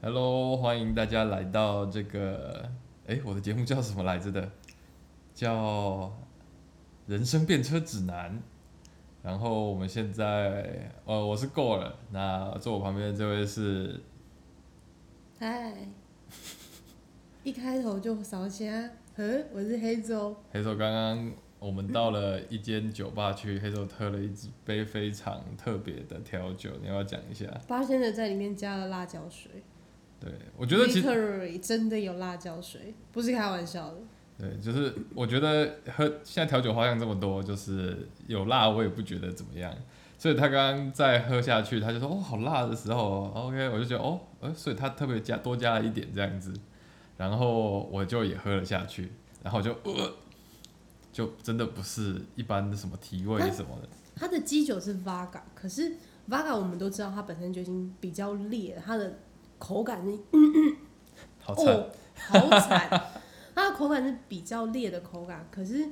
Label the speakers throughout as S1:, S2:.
S1: Hello，欢迎大家来到这个，哎，我的节目叫什么来着的？叫《人生变车指南》。然后我们现在，呃，我是够了。那坐我旁边的这位是，
S2: 嗨，哎 一开头就烧虾，嗯，我是黑周，
S1: 黑手。刚刚我们到了一间酒吧去，黑手喝了一杯非常特别的调酒，你要不要讲一下？
S2: 八仙的在里面加了辣椒水，
S1: 对，我觉得其实
S2: literally 真的有辣椒水，不是开玩笑的。
S1: 对，就是我觉得喝现在调酒花样这么多，就是有辣我也不觉得怎么样。所以他刚刚在喝下去，他就说哦好辣的时候哦，OK，我就觉得哦，呃，所以他特别加多加了一点这样子，然后我就也喝了下去，然后我就呃，就真的不是一般的什么提味什么的，
S2: 它的基酒是 Vaga，可是 Vaga 我们都知道它本身就已经比较烈，它的口感是
S1: 好惨。
S2: 哦，好惨， 它的口感是比较烈的口感，可是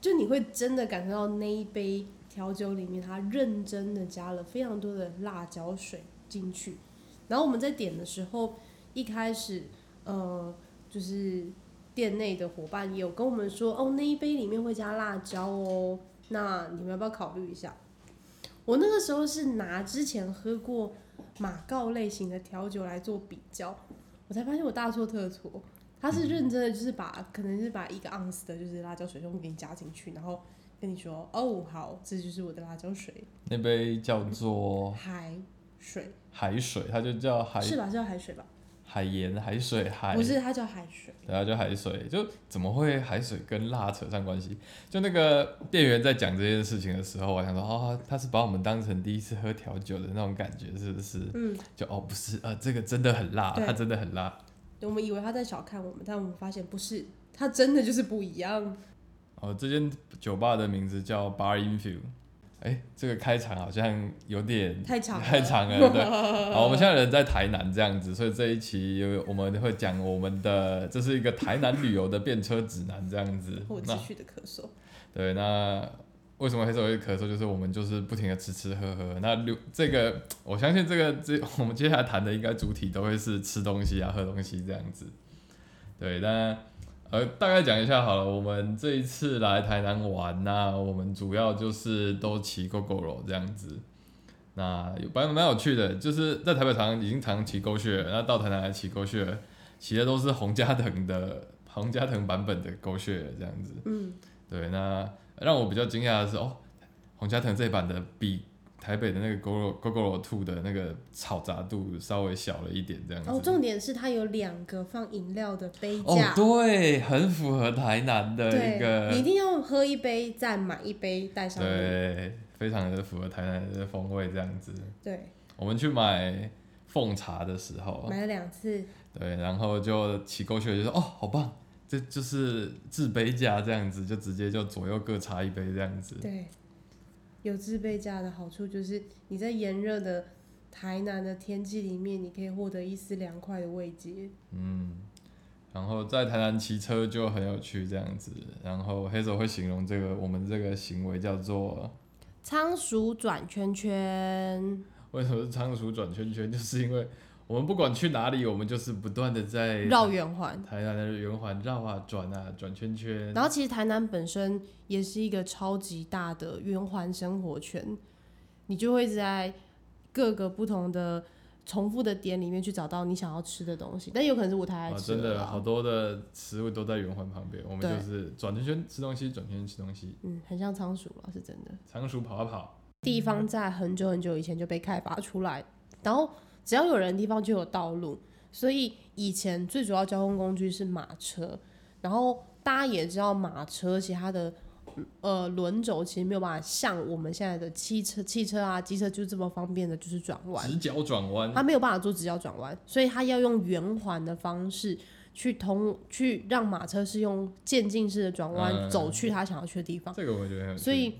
S2: 就你会真的感受到那一杯调酒里面，它认真的加了非常多的辣椒水进去。然后我们在点的时候，一开始呃，就是店内的伙伴也有跟我们说，哦，那一杯里面会加辣椒哦，那你们要不要考虑一下？我那个时候是拿之前喝过马告类型的调酒来做比较，我才发现我大错特错。他
S1: 嗯
S2: 是认真的，就是把可能是把一个盎司的就是辣椒水全部给你加进去，然后跟你说哦好，这就是我的辣椒水
S1: 那杯叫做
S2: 海水，
S1: 海水，它就叫哦海
S2: 是吧？是叫海水吧？
S1: 海盐、海水、海
S2: 不是，它叫海水。
S1: 对啊，就海水，就怎么会海水跟辣扯上关系？就那个店员在讲这件事情的时候，我想说，哦，他是把我们当成第一次喝调酒的那种感觉，是不是？
S2: 嗯，
S1: 就哦，不是，呃，这个真的很辣，
S2: 对
S1: 它真的很辣。
S2: 我们以为他在小看我们，但我们发现不是，他真的就是不一样。
S1: 哦，这间酒吧的名字叫 Bar Infuse。哎，这个开场好像有点
S2: 太长了
S1: 太长了，对。好，我们现在人在台南这样子，所以这一期有我们会讲我们的，这是一个台南旅游的便车指南这样子。
S2: 我
S1: 嗯那
S2: 持续的咳嗽，
S1: 对，那为什么黑手会咳嗽？就是我们就是不停的吃吃喝喝。那六这个，我相信这个这我们接下来谈的应该主体都会是吃东西啊、喝东西这样子。对，那呃大概讲一下好了。我们这一次来台南玩那我们主要就是都骑 GoGo 这样子。那有蛮蛮有趣的，就是在台北常已经常骑狗血了，那到台南来骑狗血了，骑的都是洪家腾的洪家腾版本的狗血了这样子。
S2: 嗯，
S1: 对，那让我比较惊讶的是，哦，洪家腾这一版的比台北的那个 Goro Goro Two 的那个嘈杂度稍微小了一点，这样子。
S2: 然后哦重点是它有两个放饮料的杯
S1: 哦
S2: 架，
S1: 对，很符合台南的一
S2: 对，你
S1: 个，
S2: 一定要喝一杯再买一杯带上来，
S1: 对，非常的符合台南的风味这样子。
S2: 对，
S1: 我们去买凤茶的时候，
S2: 买了两次，
S1: 对，然后就骑过去就说，哦，好棒，这就是制杯架这样子，就直接就左右各插一杯这样子。
S2: 对，有自备架的好处就是你在炎热的台南的天气里面，你可以获得一丝凉快的慰藉。
S1: 嗯，然后在台南骑车就很有趣这样子，然后黑手会形容这个我们这个行为叫做
S2: 仓鼠转圈圈，
S1: 为什么是仓鼠转圈圈，就是因为我们不管去哪里，我们就是不断的在
S2: 绕圆环。
S1: 台南的圆环绕啊转啊转圈圈，
S2: 然后其实台南本身也是一个超级大的圆环生活圈，你就会在各个不同的重复的点里面去找到你想要吃的东西，但有可能是舞台爱
S1: 啊
S2: 吃
S1: 真的
S2: 啦
S1: 好多的食物都在圆环旁边，我们
S2: 对
S1: 就是转圈圈吃东西，转圈圈吃东西，
S2: 嗯，很像仓鼠了，是真的。
S1: 仓鼠跑啊跑，
S2: 地方在很久很久以前就被开发出来，然后只要有人的地方就有道路，所以以前最主要交通工具是马车，然后大家也知道马车其实它的呃轮轴其实没有办法像我们现在的汽车、汽车啊、机车就这么方便的，就是转弯，
S1: 直角转弯，
S2: 它没有办法做直角转弯，所以它要用圆环的方式去通去让马车是用渐进式的转弯、
S1: 嗯
S2: 走去它想要去的地方。
S1: 这个我觉得很有趣，
S2: 所以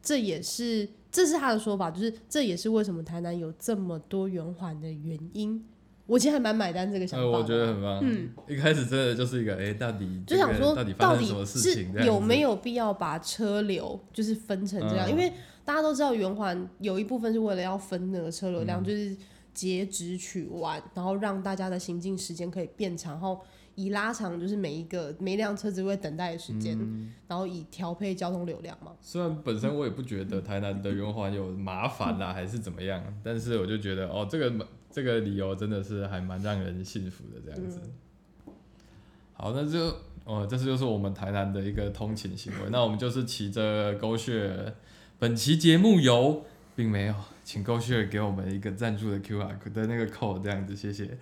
S2: 这也是这是他的说法，就是这也是为什么台南有这么多圆环的原因。我其实还蛮买单这个想
S1: 呃，
S2: 法的，
S1: 我觉得很棒。嗯，一开始真的就是一个，哎、到底
S2: 就
S1: 这
S2: 想
S1: 个
S2: 说
S1: 到底发
S2: 到
S1: 生
S2: 底
S1: 什么事
S2: 是
S1: 情？这样
S2: 有
S1: 子
S2: 没有必要把车流就是分成这
S1: 嗯
S2: 样？
S1: 嗯
S2: 因为大家都知道圆环有一部分是为了要分那个车流量，就是截止取完，然后让大家的行进时间可以变长，然后以拉长就是每一个每辆车子会等待的时间，
S1: 嗯
S2: 然后以调配交通流量嘛。
S1: 虽然本身我也不觉得台南的圆环有麻烦啦，还是怎么样，但是我就觉得哦，这个蛮这个理由真的是还蛮让人信服的这样子。好，那就哦，这是就是我们台南的一个通勤行为。那我们就是骑着狗血，本期节目由并没有，请狗血给我们一个赞助的 QR code 的那个 code 这样子，谢谢。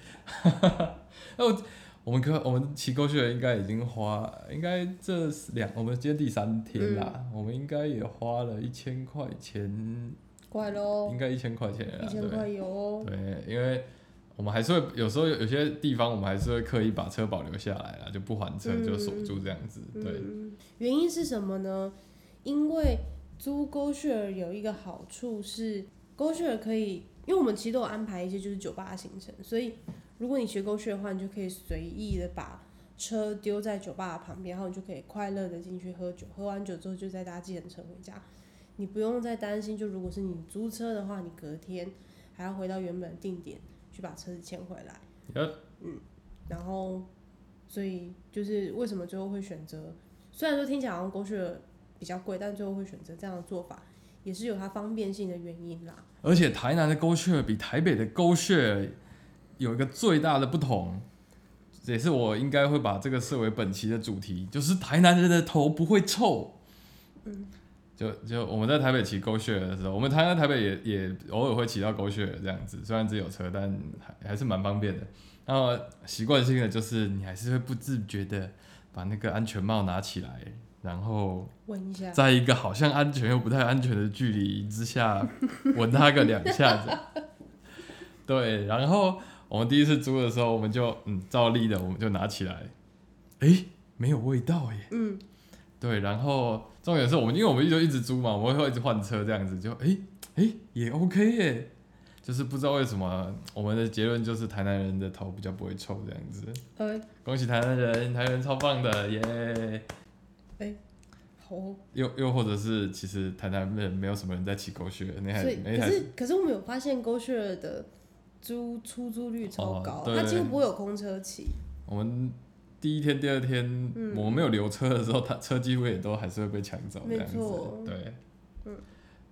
S1: 那我我们可我们骑狗血应该已经花，应该这两我们今天第三天啦，
S2: 嗯
S1: 我们应该也花了一千块钱，
S2: 快喽
S1: 应，该一千块钱了啦，
S2: 哦一千
S1: 对。
S2: 块有哦。
S1: 对，因为我们还是会有时候有有些地方，我们还是会刻意把车保留下来啦，就不还车就锁住这样子。对，
S2: 嗯，原因是什么呢？因为租 GoShare 有一个好处是，GoShare 可以，因为我们其实都有安排一些就是酒吧的行程，所以如果你学 GoShare 的话，你就可以随意的把车丢在酒吧旁边，然后你就可以快乐的进去喝酒，喝完酒之后就再搭计程车回家，你不用再担心，就如果是你租车的话，你隔天还要回到原本的定点去把车子牵回来。嗯
S1: 呃，
S2: 然后，所以就是为什么最后会选择，虽然说听起来好像狗血比较贵，但最后会选择这样的做法，也是有它方便性的原因啦。
S1: 而且台南的沟穴比台北的沟穴有一个最大的不同，也是我应该会把这个视为本期的主题，就是台南人的头不会臭。就就我们在台北骑沟穴的时候，我们台南台北也也偶尔会骑到沟穴这样子，虽然只有车，但还还是蛮方便的。然后习惯性的就是你还是会不自觉的把那个安全帽拿起来，然后
S2: 问一下，
S1: 在一个好像安全又不太安全的距离之下，闻它个两下子。对，然后我们第一次租的时候，我们就嗯照例的，我们就拿起来，诶，没有味道耶。
S2: 嗯，
S1: 对，然后重点是我们，因为我们就一直租嘛，我们会一直换车这样子，就诶诶也 OK 耶。就是不知道为什么，我们的结论就是台南人的头比较不会臭这样子。
S2: 呃，
S1: 恭喜台南人，台南人超棒的耶
S2: 好哦，
S1: 又又或者是，其实台南人没有什么人在骑狗血，那台
S2: 所以
S1: 那
S2: 可
S1: 台
S2: 是可是我们有发现狗血的租出租率超
S1: 哦
S2: 高，
S1: 对
S2: 它几乎不会有空车骑。
S1: 我们第一天、第二天、
S2: 嗯
S1: 我们没有留车的时候，他车几乎也都还是会被抢走这
S2: 没
S1: 样子
S2: 错。
S1: 对，
S2: 嗯，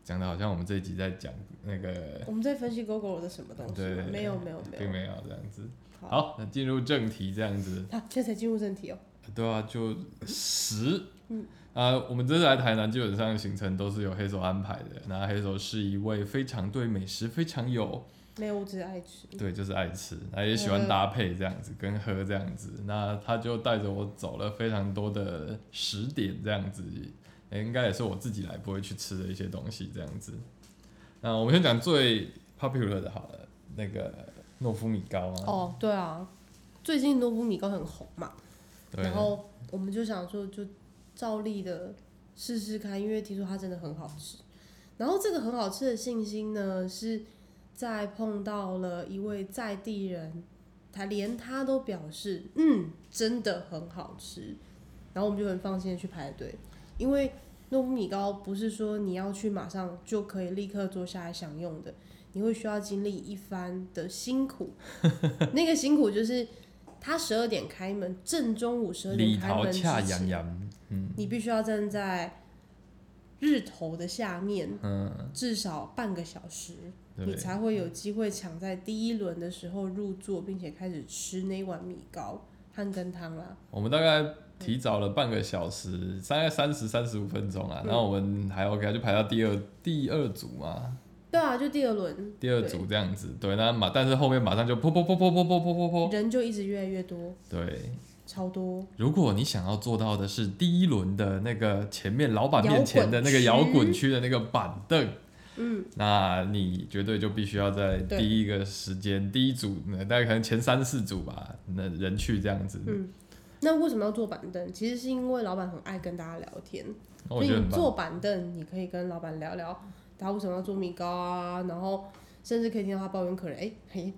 S1: 讲的好像我们这一集在讲那个，
S2: 我们在分析 GoGo 的什么东西吗
S1: 对？
S2: 没有没有没
S1: 并
S2: 有。
S1: 没有这样子。，好，那进入正题这样子，
S2: 啊，现在才进入正题哦。
S1: 对啊，就十，
S2: 嗯
S1: 啊、我们这次来台南，基本上行程都是由黑手安排的。那黑手是一位非常对美食非常有
S2: 没有，我只是爱吃。
S1: 对，就是爱吃，他也喜
S2: 嗯
S1: 欢搭配这样子，跟喝这样子。那他就带着我走了非常多的食点这样子，也应该也是我自己来不会去吃的一些东西这样子。那我们先讲最 popular 的好了，那个诺夫米糕啊，
S2: 哦，对啊，最近多夫米糕很红嘛。
S1: 对
S2: 然，后我们就想说，就照例的试试看，因为听说它真的很好吃。然后这个很好吃的信心呢，是在碰到了一位在地人，他连他都表示，嗯，真的很好吃。然后我们就很放心的去排队，因为诺夫米糕不是说你要去马上就可以立刻坐下来享用的，你会需要经历一番的辛苦。 那个辛苦就是他十二点开门，正中午十二
S1: 李
S2: 点开
S1: 桃
S2: 门之
S1: 恰洋
S2: 前，
S1: 洋，嗯
S2: 你必须要站在日头的下面
S1: 嗯，
S2: 至少半个小时，你
S1: 对，
S2: 才会有机会抢在第一轮的时候入座，并且开始吃那碗米糕和羹汤啦。
S1: 我们大概提早了半个小时，大概三十三十五分钟啊。
S2: 嗯
S1: 然后我们还 OK，就排到第二第二组嘛，
S2: 对啊，就第二轮，
S1: 第二组这样子，对，那马但是后面马上就噗噗噗噗噗噗噗噗噗，
S2: 人就一直越来越多，
S1: 对。
S2: 超多。
S1: 如果你想要做到的是第一轮的那个前面老板面前的那个摇滚区的那个板凳，
S2: 嗯，
S1: 那你绝对就必须要在
S2: 对
S1: 第一个时间第一组，呃大概可能前三四组吧，那人去这样子，
S2: 嗯那为什么要坐板凳？其实是因为老板很爱跟大家聊天，
S1: 那
S2: 所
S1: 哦我
S2: 以
S1: 觉得
S2: 你
S1: 很棒。
S2: 坐板凳，你可以跟老板聊聊他为什么要做米糕啊，然后甚至可以听到他抱怨客人，哎、嘿，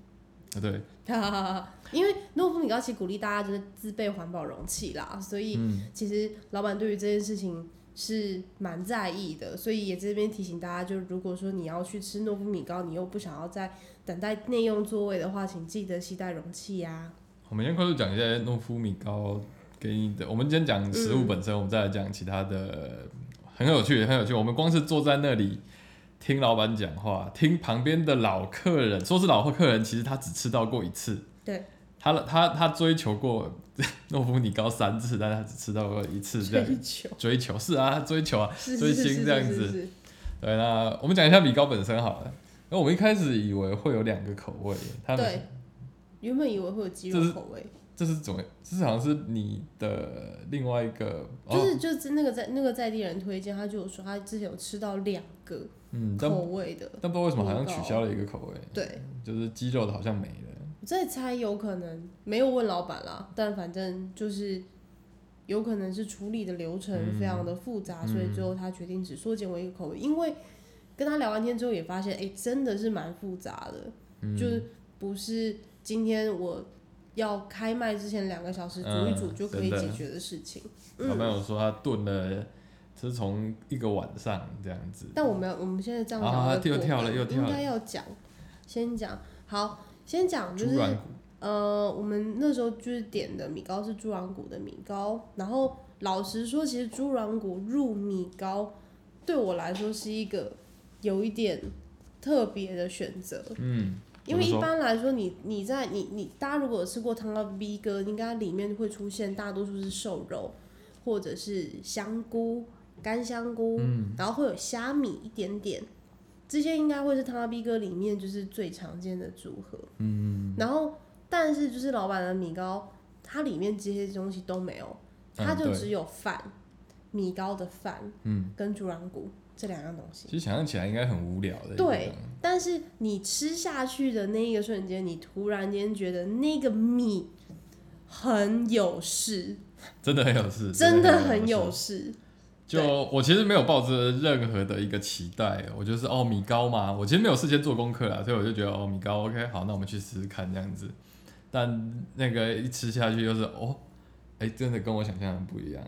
S1: 对，
S2: 哈哈哈哈， 因为诺夫米糕其实鼓励大家就是自备环保容器啦，所以
S1: 嗯，
S2: 其实老板对于这件事情是蛮在意的，所以也这边提醒大家，就如果说你要去吃诺夫米糕，你又不想要在等待内用座位的话，请记得携带容器啊呀、
S1: 我们先快速讲一下诺夫米糕给你的。我们先讲食物本身，我们再来讲其他的，很有趣，很有趣。我们光是坐在那里听老板讲话，听旁边的老客人，说是老客人，其实他只吃到过一次。
S2: 对。
S1: 他他他追求过诺夫米糕三次，但是他只吃到过一次这样。
S2: 追求
S1: 追求是啊，他追求啊，
S2: 是
S1: 追
S2: 是
S1: 星
S2: 是是
S1: 这样
S2: 是
S1: 子
S2: 是
S1: 对，那我们讲一下米糕本身好了。那我们一开始以为会有两个口味，它们
S2: 对，原本以为会有鸡
S1: 这
S2: 肉
S1: 是
S2: 口味，
S1: 这是怎么？这是好像是你的另外一个，
S2: 就
S1: 哦、
S2: 是就是那个在那个在地人推荐，他就有说他之前有吃到两个
S1: 嗯，但
S2: 口味的，
S1: 但不知道为什么好像
S2: 米糕
S1: 取消了一个口味，
S2: 对，
S1: 就是鸡肉的好像没了。
S2: 我在猜有可能没有问老板啦，但反正就是有可能是处理的流
S1: 嗯
S2: 程非常的复杂，所以最后他决定只缩减为一个口味，因为跟他聊完天之后也发现，哎、真的是蛮复杂的，
S1: 嗯
S2: 就是不是今天我要开卖之前两个小时煮一煮
S1: 嗯
S2: 就可以
S1: 真的
S2: 解决的事情，
S1: 老
S2: 嗯。
S1: 板有说他炖了，是从一个晚上这样子。
S2: 但我们要我们现在这样
S1: 啊
S2: 讲会过分，
S1: 又跳了又跳了
S2: 应该要讲，先讲好，先讲就
S1: 猪
S2: 是
S1: 软骨，
S2: 呃，我们那时候就是点的米糕是猪软骨的米糕，然后老实说，其实猪软骨入米糕对我来说是一个有一点特别的选择，
S1: 嗯，
S2: 因为
S1: 怎
S2: 一
S1: 么说
S2: 般来说你，你在你你大家如果有吃过汤包 B 哥，应该里面会出现大多数是瘦肉，或者是香菇、干香菇，
S1: 嗯
S2: 然后会有虾米一点点，这些应该会是汤包 B 哥里面就是最常见的组合。嗯，然后但是就是老板的米糕，它里面这些东西都没有，
S1: 嗯
S2: 它就
S1: 对
S2: 只有饭、米糕的饭，嗯，跟猪软骨这两样东西。
S1: 其实想象起来应该很无聊的。
S2: 对，但是你吃下去的那一个瞬间，你突然间觉得那个米很有事，
S1: 真的很有事，
S2: 真的
S1: 的
S2: 很
S1: 有事
S2: 有事。
S1: 就我其实没有抱着任何的一个期待，我就是哦米糕嘛，我其实没有事先做功课啦，所以我就觉得哦米糕 OK 好，那我们去试试看这样子。但那个一吃下去就是哦，哎、真的跟我想象的不一样。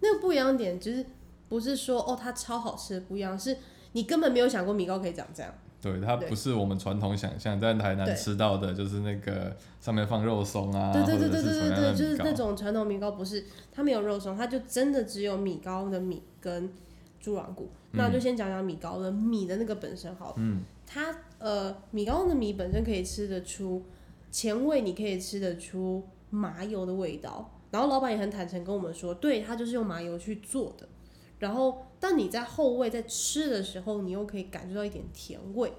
S2: 那个不一样点就是不是说哦它超好吃的不一样，是你根本没有想过米糕可以长这样。
S1: 对，它
S2: 对
S1: 不是我们传统想象在台南
S2: 对
S1: 吃到的，就是那个上面放肉松啊，
S2: 对对对对
S1: 或者
S2: 对
S1: 是什么
S2: 对对，
S1: 样
S2: 就是
S1: 的米
S2: 那
S1: 糕。
S2: 种传统米糕，不是它没有肉松，它就真的只有米糕的米跟猪软骨。那我就先讲讲米糕的米的那个本身好了。
S1: 嗯，
S2: 它呃，米糕的米本身可以吃得出前味，你可以吃得出麻油的味道。然后老板也很坦诚跟我们说，对，它就是用麻油去做的。然后，但你在后味在吃的时候，你又可以感受到一点甜味。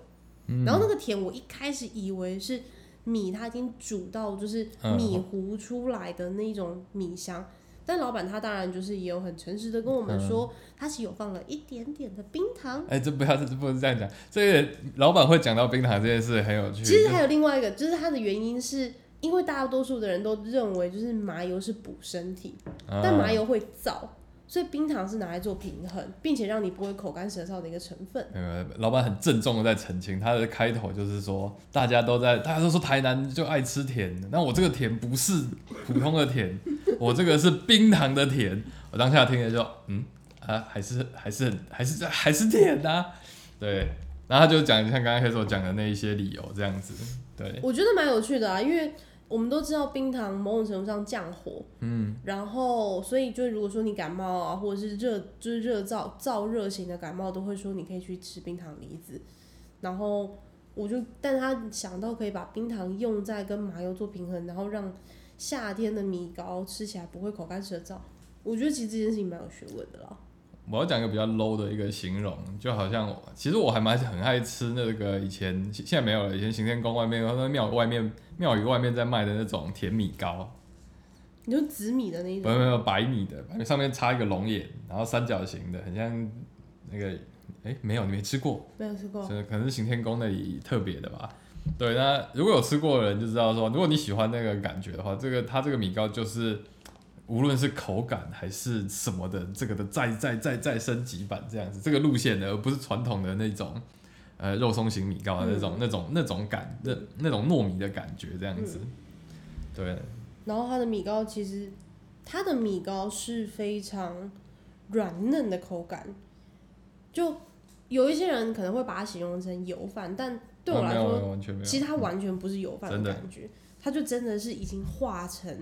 S2: 然后那个甜，我一开始以为是米它已经煮到就是
S1: 嗯
S2: 米糊出来的那种米香，但老板他当然就是也有很诚实的跟我们说，他是有放了一点点的冰糖。
S1: 哎、这不要，这不是这样讲。这个老板会讲到冰糖这件事很有趣。
S2: 其实还有另外一个，就是它的原因是因为大多数的人都认为就是麻油是补身体，
S1: 嗯
S2: 但麻油会燥，所以冰糖是拿来做平衡，并且让你不会口干舌燥的一个成分。
S1: 没有没有，老板很郑重的在澄清，他的开头就是说，大家都在，大家都说台南就爱吃甜，那我这个甜不是普通的甜，我这个是冰糖的甜。我当下听了就，嗯啊，还是还是很还是还是甜呐、对。然后他就讲，像刚刚黑手讲的那一些理由这样子，对，
S2: 我觉得蛮有趣的啊，因为我们都知道冰糖某种程度上降火，嗯，然后所以就如果说你感冒啊，或者是热就是热燥燥热型的感冒，都会说你可以去吃冰糖梨子，然后我就但他想到可以把冰糖用在跟麻油做平衡，然后让夏天的米糕吃起来不会口干舌燥，我觉得其实这件事情蛮有学问的啦。
S1: 我要讲一个比较 low 的一个形容，就好像我其实我还蛮很爱吃那个以前现现在没有了，以前行天宫外面或者庙外面庙宇外面在卖的那种甜米糕，
S2: 你就紫米的那一
S1: 没有
S2: 种，
S1: 没有白米的，白米上面插一个龙眼，然后三角形的，很像那个，哎、没有，你没吃过，
S2: 没有吃过，
S1: 是可能是行天宫那里特别的吧。对，那如果有吃过的人就知道说，如果你喜欢那个感觉的话，这个它这个米糕就是，无论是口感还是什么的，这个的再再再再升级版这样子，这个路线的，而不是传统的那种，呃，肉松型米糕
S2: 嗯
S1: 的那种、那种那种感那那种糯米的感觉这样
S2: 嗯
S1: 子。对，
S2: 然后它的米糕其实，它的米糕是非常软嫩的口感。就有一些人可能会把它形容成油饭，但对我
S1: 啊
S2: 来
S1: 没有没
S2: 说，
S1: 有完全没有，
S2: 其实它完全不是油饭
S1: 真
S2: 的
S1: 的
S2: 感觉，它就真的是已经化成，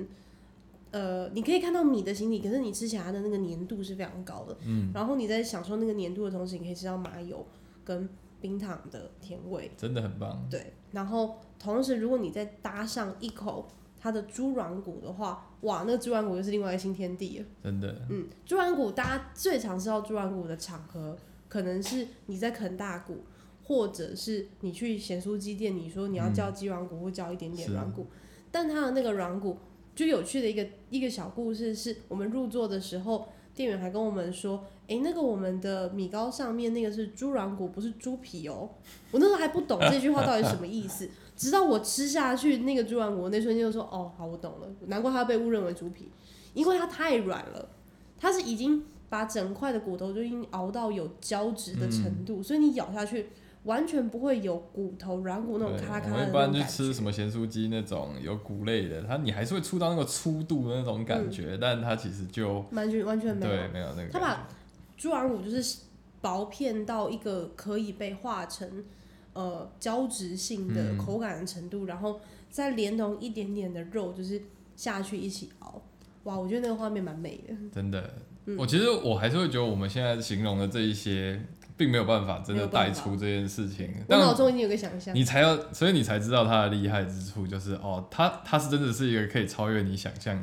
S2: 呃，你可以看到米的形体，可是你吃起来它的那个粘度是非常高的。嗯，然后你在享受那个粘度的同时，你可以吃到麻油跟冰糖的甜味。
S1: 真的很棒，
S2: 对，然后同时如果你再搭上一口它的猪软骨的话，哇，那猪软骨又是另外一个新天地了。
S1: 真的
S2: 嗯，猪软骨大家最常吃到猪软骨的场合，可能是你在啃大骨，或者是你去咸酥鸡店，你说你要叫鸡软骨或叫一点点
S1: 是
S2: 软骨，但它的那个软骨就有趣的一个一个小故事是，我们入座的时候，店员还跟我们说，诶，那个我们的米糕上面那个是猪软骨，不是猪皮哦。我那时候还不懂这句话到底是什么意思，直到我吃下去那个猪软骨我那瞬间就说，哦，好，我懂了，难怪它被误认为猪皮，因为它太软了，它是已经把整块的骨头就已经熬到有胶质的
S1: 嗯
S2: 程度，所以你咬下去。完全不会有骨头软骨那种
S1: 对
S2: 咔啦咔
S1: 我
S2: 啦
S1: 们一
S2: 的那
S1: 般
S2: 种
S1: 去
S2: 感觉
S1: 吃。什么咸酥鸡那种有骨类的，它你还是会触到那个粗度的那种感觉，但它其实就
S2: 完全完全嗯没有。
S1: 对没有那个感
S2: 它
S1: 觉，
S2: 把猪软骨就是薄片到一个可以被化成呃胶质性的
S1: 嗯
S2: 口感的程度，然后再连同一点点的肉，就是下去一起熬。哇，我觉得那个画面蛮美的。
S1: 真的，
S2: 嗯
S1: 我其实我还是会觉得我们现在形容的这一些，并没有办法真的带出这件事情。
S2: 我脑
S1: 嗯但
S2: 中已经有个想象，
S1: 你才要，所以你才知道它的厉害之处，就是哦，它它是真的是一个可以超越你想象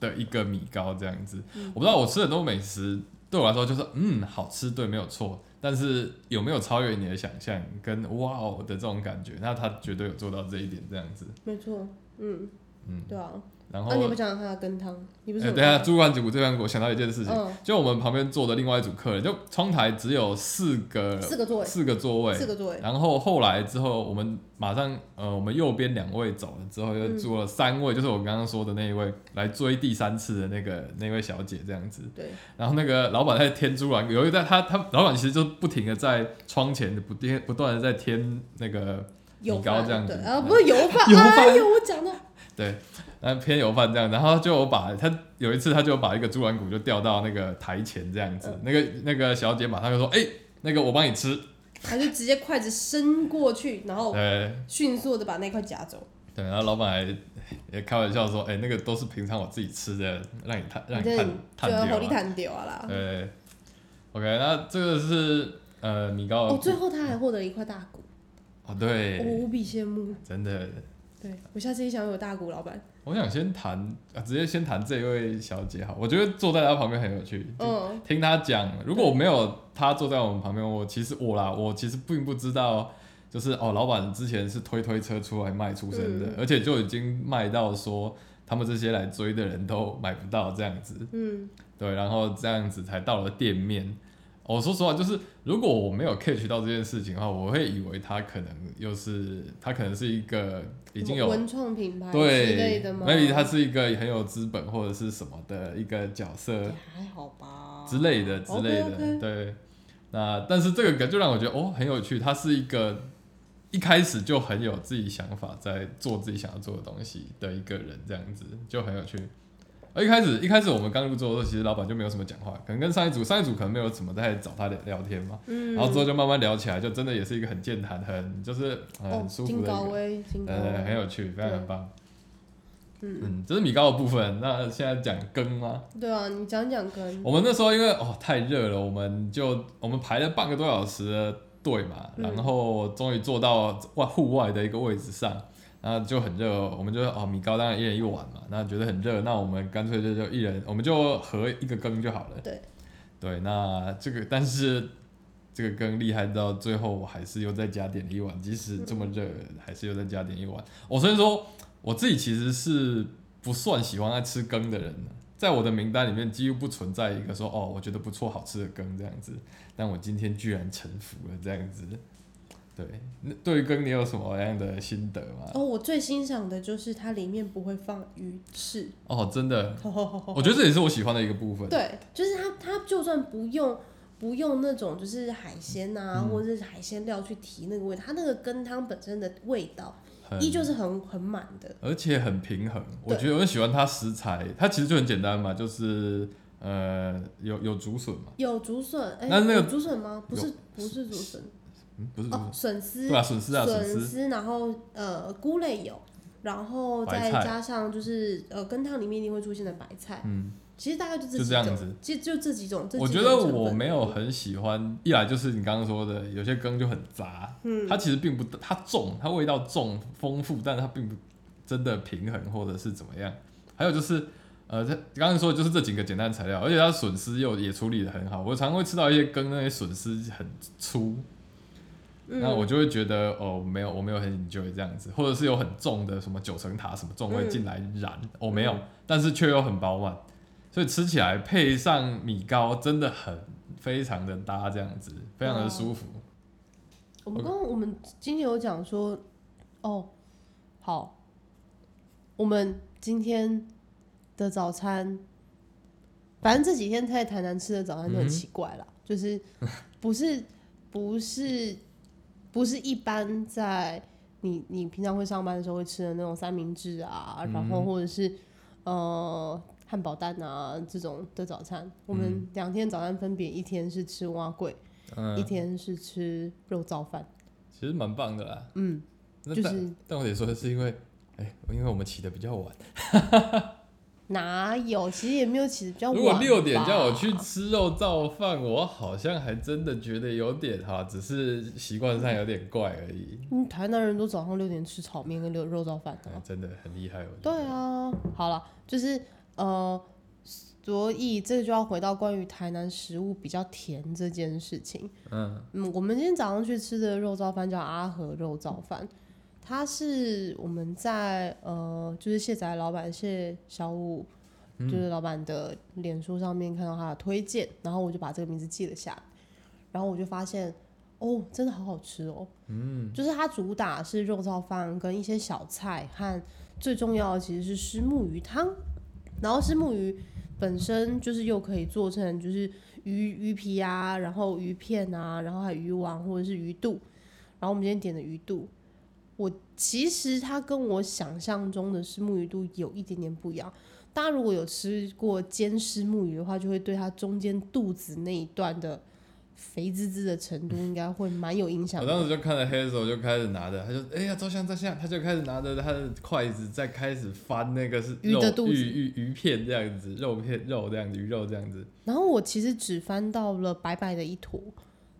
S1: 的一个米糕这样子。
S2: 嗯
S1: 我不知道我吃的都美食，对我来说就是嗯好吃，对，没有错。但是有没有超越你的想象跟哇哦的这种感觉？那他绝对有做到这一点这样子。
S2: 没错，嗯，
S1: 嗯，
S2: 对啊。
S1: 然后
S2: 那、你不想想看它的羹汤？你不
S1: 哎，
S2: 是很
S1: 等一下，猪软骨这边我想到一件事情，
S2: 嗯
S1: 就我们旁边坐的另外一组客人，就窗台只有四个
S2: 四个座位，
S1: 呃四个座位，啊
S2: 四个座位，
S1: 然后后来之后，我们马上呃，我们右边两位走了之后，又坐了三位，就是我刚刚说的那一位来追第三次的那个那位小姐这样子。
S2: 对，
S1: 然后那个老板在添猪软骨，由于在他他老板其实就不停的在窗前不停不断的在添那个
S2: 油
S1: 米糕
S2: 饭
S1: 这样子
S2: 对啊，不是油饭，
S1: 油饭
S2: 哎呦，我讲的
S1: 对，那偏油饭这样，然后就有把他有一次他就把一个猪软骨就掉到那个台前这样子，
S2: 嗯
S1: 那个那个小姐马上就说：“哎、那个我帮你吃。
S2: 他就直接筷子伸过去，然后
S1: 对
S2: 迅速的把那块夹走。
S1: 对，然后老板还也开玩笑说：“哎、那个都是平常我自己吃的，让你探让你探
S2: 就要
S1: 探
S2: 火力
S1: 掉、啊。
S2: 探掉啊”啦。
S1: 对，OK，那这个是呃米糕
S2: 哦，
S1: 哦
S2: 最后他还获得一块大骨，我
S1: 对，
S2: 无比羡慕。
S1: 真的，
S2: 对我下次也想有大骨老板。
S1: 我想先谈啊，直接先谈这一位小姐好，我觉得坐在她旁边很有趣，就
S2: 嗯，
S1: 听他讲，如果我没有他坐在我们旁边，我其实我啦，我其实并不知道，就是哦，老板之前是推推车出来卖出身的，
S2: 嗯
S1: 而且就已经卖到说他们这些来追的人都买不到这样子，
S2: 嗯，
S1: 对，然后这样子才到了店面。我、说实话，就是如果我没有 catch 到这件事情的话，我会以为他可能又是他可能是一个已经有
S2: 文创品牌之类
S1: 对
S2: 的吗
S1: ，maybe 他是一个很有资本或者是什么的一个角色，
S2: 也还好吧
S1: 之类的之类的
S2: 哦 OK，OK
S1: 对。那但是这个就让我觉得哦很有趣，他是一个一开始就很有自己想法，在做自己想要做的东西的一个人，这样子就很有趣。而一开始一开始我们刚入座的时候，其实老板就没有什么讲话，可能跟上一组上一组可能没有怎么在找他聊聊天嘛，
S2: 嗯，
S1: 然后之后就慢慢聊起来，就真的也是一个很健谈、很就是呃
S2: 哦
S1: 很，舒服
S2: 金
S1: 的
S2: 高
S1: 一个，
S2: 威，金高
S1: 呃，很
S2: 威，
S1: 有趣，非常
S2: 对
S1: 很棒。
S2: 嗯，
S1: 嗯，这是米糕的部分。那现在讲羹吗？
S2: 对啊，你讲讲跟
S1: 我们那时候因为哦太热了，我们就我们排了半个多小时的队嘛，
S2: 嗯
S1: 然后终于坐到外户外的一个位置上，然后就很热，我们就哦米糕当然一人一碗嘛，那觉得很热，那我们干脆就就一人，我们就合一个羹就好了。
S2: 对，
S1: 对，那这个但是这个羹厉害到最后，我还是又再加点了一碗，即使这么热，还是又再加点一碗。我、所以说我自己其实是不算喜欢爱吃羹的人的，在我的名单里面几乎不存在一个说哦，我觉得不错好吃的羹这样子，但我今天居然臣服了这样子。对，那对于羹你有什么样的心得吗？
S2: 哦，我最欣赏的就是它里面不会放鱼翅，
S1: 哦，真 的，我觉得这也是我喜欢的一个部分。
S2: 对，就是它它就算不用不用那种就是海鲜呐、
S1: 嗯
S2: 或者是海鲜料去提那个味道，它那个羹汤本身的味道
S1: 很
S2: 依旧是很很满的。
S1: 而且很平衡。我
S2: 对
S1: 觉得我很喜欢它食材，它其实就很简单嘛，就是呃，有有竹笋嘛？
S2: 有竹笋，哎、
S1: 那那个
S2: 有竹笋吗？不是，不是竹笋，
S1: 嗯，不是竹
S2: 哦，
S1: 笋，
S2: 笋丝，
S1: 对啊，笋丝啊，笋
S2: 笋
S1: 丝，
S2: 丝，然后呃，菇类有，然后
S1: 白
S2: 再
S1: 菜
S2: 加上就是呃，羹汤里面一定会出现的白菜，
S1: 嗯，
S2: 其实大概就这
S1: 就
S2: 几
S1: 这样
S2: 种
S1: 子，
S2: 其实就这几种。这
S1: 我
S2: 几
S1: 觉
S2: 种
S1: 得
S2: 成
S1: 我
S2: 分嗯
S1: 没有很喜欢，一来就是你刚刚说的，有些羹就很杂，
S2: 嗯
S1: 它其实并不，它重，它味道重丰富，但它并不真的平衡或者是怎么样。还有就是，呃，它刚刚说的就是这几个简单材料，而且它笋丝又也处理的很好。我常会吃到一些羹，那些笋丝很粗，
S2: 嗯
S1: 那我就会觉得哦，没有，我没有很 enjoy 这样子，或者是有很重的什么九层塔什么重味
S2: 嗯
S1: 进来染，我、没有
S2: 嗯，
S1: 但是却又很饱满，所以吃起来配上米糕真的很非常的搭，这样子非常的舒服。
S2: 哦我们刚刚我们今天有讲说，哦，好，我们今天的早餐，反正这几天在台南吃的早餐都很奇怪啦，就是不是不是不是一般在你你平常会上班的时候会吃的那种三明治啊，然后或者是呃汉堡蛋啊这种的早餐，我们两天早餐分别一天是吃蛙桂，
S1: 嗯，
S2: 一天是吃肉燥饭。
S1: 其实蛮棒的啦。
S2: 嗯，
S1: 那
S2: 就
S1: 但、
S2: 是
S1: 但我得说的是因为，哎、因为我们起的比较晚，
S2: 哪有？其实也没有起得比较晚。
S1: 如果六点叫我去，吃肉燥饭，我好像还真的觉得有点哈，只是习惯上有点怪而已。
S2: 嗯，台南人都早上六点吃炒面跟肉肉燥饭
S1: 哎
S2: 啊。
S1: 真的很厉害，我觉得。
S2: 对啊，好了，就是呃，所以这就要回到关于台南食物比较甜这件事情。
S1: 嗯，
S2: 嗯，我们今天早上去吃的肉燥饭叫阿和肉燥饭，它是我们在呃，就是卸载老板谢小武，就是老板的脸书上面看到他的推荐，然后我就把这个名字记了下来，然后我就发现哦，真的好好吃哦，嗯，就是它主打是肉燥饭跟一些小菜，和最重要的其实是虱目鱼汤，然后虱目鱼本身就是又可以做成就是鱼鱼皮啊，然后鱼片啊，然后还有鱼丸或者是鱼肚。然后我们今天点的鱼肚，我其实它跟我想象中的石目鱼肚有一点点不一样。大家如果有吃过煎石目鱼的话，就会对它中间肚子那一段的肥滋滋的程度，应该会蛮有影响
S1: 我
S2: 的。
S1: 当时就看着 Hazel 就开始拿着，他就哎呀照相照相，他就开始拿着他的筷子在开始翻那个是
S2: 鱼
S1: 肉
S2: 的肚子
S1: 鱼鱼鱼片这样子，肉片肉这样子，鱼肉这样子，
S2: 然后我其实只翻到了白白的一坨，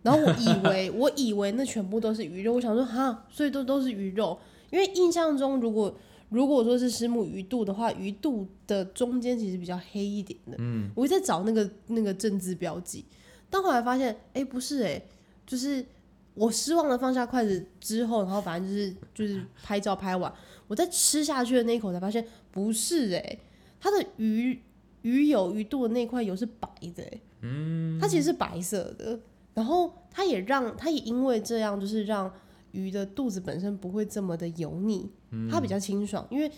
S2: 然后我以为我以为那全部都是鱼肉，我想说哈，所以都都是鱼肉，因为印象中如果如果说是石目鱼肚的话，鱼肚的中间其实比较黑一点的，嗯，我一直在找那个那个正字标记，但后来发现哎不是哎，就是。我失望的放下筷子之后，然后反正就是就是拍照拍完，我在吃下去的那一口才发现不是哎、它的鱼鱼油鱼肚的那块油是白的、欸，嗯，它其实是白色的，然后它也让它也因为这样，就是让鱼的肚子本身不会这么的油腻，
S1: 嗯
S2: 它比较清爽，因为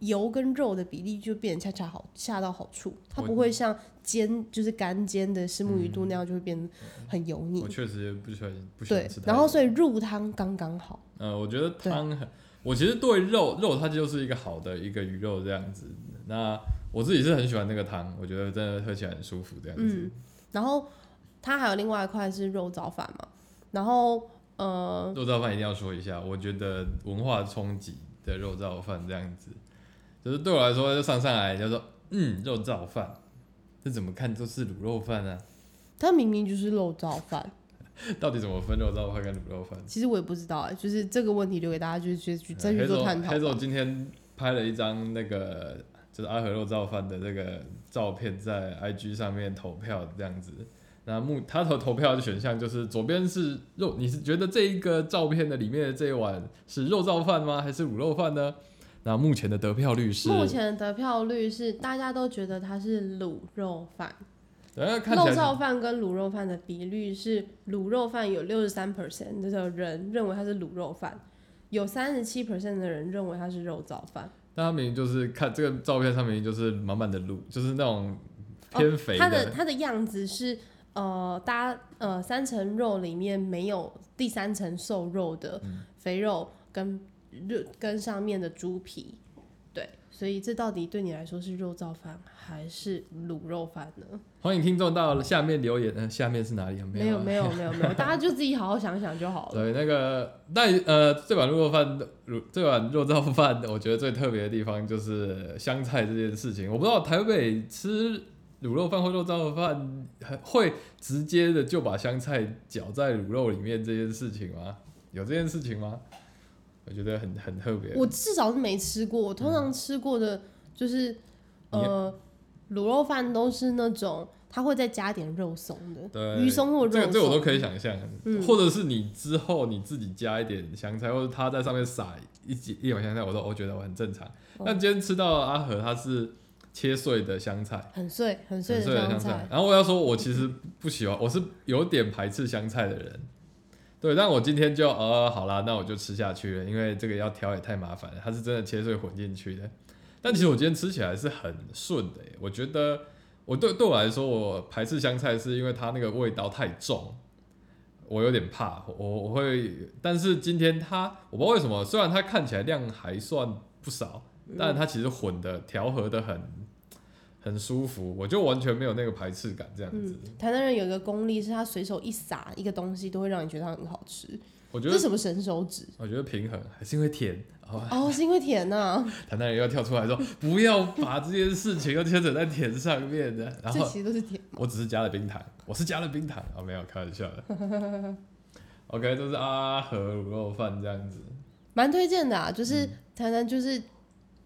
S2: 油跟肉的比例就变得恰恰好恰到好处，它
S1: 我
S2: 不会像煎就是干煎的石目鱼肚那样就会变得很油腻
S1: 我，确实也不喜欢不喜欢
S2: 对
S1: 吃，太
S2: 然后
S1: 多
S2: 所以入汤刚刚好，
S1: 呃，我觉得
S2: 对
S1: 汤很，我其实对肉肉它就是一个好的一个鱼肉这样子，那我自己是很喜欢那个汤，我觉得真的喝起来很舒服这样子，
S2: 嗯，然后它还有另外一块是肉燥饭嘛，然后呃。
S1: 肉燥饭一定要说一下，我觉得文化冲击的肉燥饭这样子，就是对我来说，就上上来就说，嗯，肉燥饭，这怎么看都是卤肉饭啊，
S2: 它明明就是肉燥饭，
S1: 到底怎么分肉燥饭跟卤肉饭？
S2: 其实我也不知道哎、就是这个问题留给大家去去去再去
S1: 黑
S2: 做
S1: 总
S2: 探讨吧。
S1: 嗯黑总今天拍了一张那个就是阿和肉燥饭的这个照片，在 IG 上面投票这样子。那目他投投票的选项就是左边是肉，你是觉得这一个照片的里面的这一碗是肉燥饭吗？还是卤肉饭呢？那目前的得票率是，
S2: 目前得票率是大家都觉得它是卤肉饭，
S1: 然后看
S2: 肉
S1: 起来
S2: 燥饭跟卤肉饭的比率是卤肉饭有六十三 percent 的人认为它是卤肉饭，有三十七 percent 的人认为它是肉燥饭。
S1: 那他明明就是看这个照片上面就是满满的卤，就是那种偏肥
S2: 它哦的它的样子是呃，搭呃三层肉里面没有第三
S1: 嗯
S2: 层瘦肉的肥肉跟肉跟上面的猪皮，对，所以这到底对你来说是肉燥饭还是卤肉饭呢？
S1: 欢迎听众到下面留言，呃，下面是哪里啊？
S2: 没有
S1: 有啊
S2: 没有没有 没有，大家就自己好好想想就好了。
S1: 对，那个那呃，这碗肉饭，卤这碗肉燥饭，我觉得最特别的地方就是香菜这件事情。我不知道台北吃卤肉饭或肉燥饭，很会直接的就把香菜搅在卤肉里面这件事情吗？有这件事情吗？我觉得很很特别。
S2: 我至少是没吃过，我通常
S1: 嗯
S2: 吃过的就是、呃卤肉饭都是那种它会再加点肉松的，
S1: 对，
S2: 鱼松或肉松。
S1: 呃这个这个我都可以想象，
S2: 嗯
S1: 或者是你之后你自己加一点香菜，或者他在上面撒一几一碗香菜，我都我觉得我很正常。
S2: 哦
S1: 但今天吃到阿和他是切碎的香菜，
S2: 很碎很碎
S1: 很碎
S2: 的
S1: 的香
S2: 菜
S1: 菜，。然后我要说，我其实不喜欢，我是有点排斥香菜的人。对，但我今天就呃好啦，那我就吃下去了，因为这个要挑也太麻烦了，它是真的切碎混进去的。但其实我今天吃起来是很顺的耶，我觉得我对对我来说，我排斥香菜是因为它那个味道太重，我有点怕，我我会。但是今天它，我不知道为什么，虽然它看起来量还算不少，但它其实混的调和的很很舒服，我就完全没有那个排斥感这样子。
S2: 嗯，台南人有一个功力，是他随手一撒一个东西，都会让你觉得它很好吃。
S1: 我觉
S2: 这
S1: 得
S2: 什么神手指？
S1: 我觉得平衡还是因为甜。哦，
S2: 哦，是因为甜呐、
S1: 台南人又跳出来说， 不要把这件事情又牵扯在甜上面的。然
S2: 这
S1: 后
S2: 其实都是甜。
S1: 我只是加了冰糖，我是加了冰糖哦，没有开玩笑的。OK，这是阿和卤肉饭这样子，
S2: 蛮推荐的啊，
S1: 嗯
S2: 就是台南就是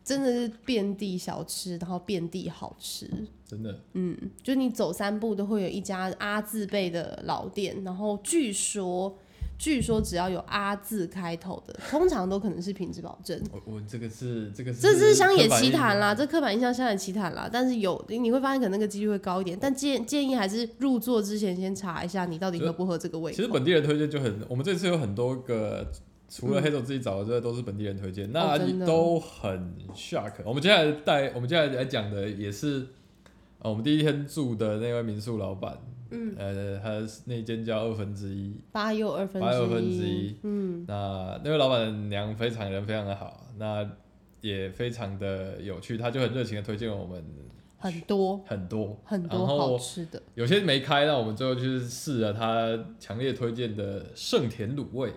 S2: 真的是遍地小吃，然后遍地好吃。
S1: 真的
S2: 嗯，就你走三步都会有一家阿字辈的老店，然后据说。据说只要有阿字开头的，通常都可能是品质保证。
S1: 我我这个是这个是
S2: 这是乡野
S1: 刻板
S2: 奇
S1: 印象
S2: 谈啦，这刻板印象乡野奇谈啦。但是有你会发现，可能那个几率会高一点。但建建议还是入座之前先查一下，你到底合不合这个胃口。
S1: 其实本地人推荐就很，我们这次有很多个，除了黑手自己找的之外，都是本地人推荐，那
S2: 哦真的
S1: 都很 shock。我们接下来带，我们接下来来讲的也是，呃，我们第一天住的那位民宿老板，嗯，呃，他是那间叫二分之一，
S2: 八又二分
S1: 八又二分之
S2: 一，
S1: 一，嗯，那那位老板娘非常人非常的好，那也非常的有趣，他就很热情的推荐我们
S2: 很多
S1: 很多
S2: 哦很多
S1: 然后
S2: 好吃的。
S1: 有些没开，那我们最后就是试了他强烈推荐的盛田卤味。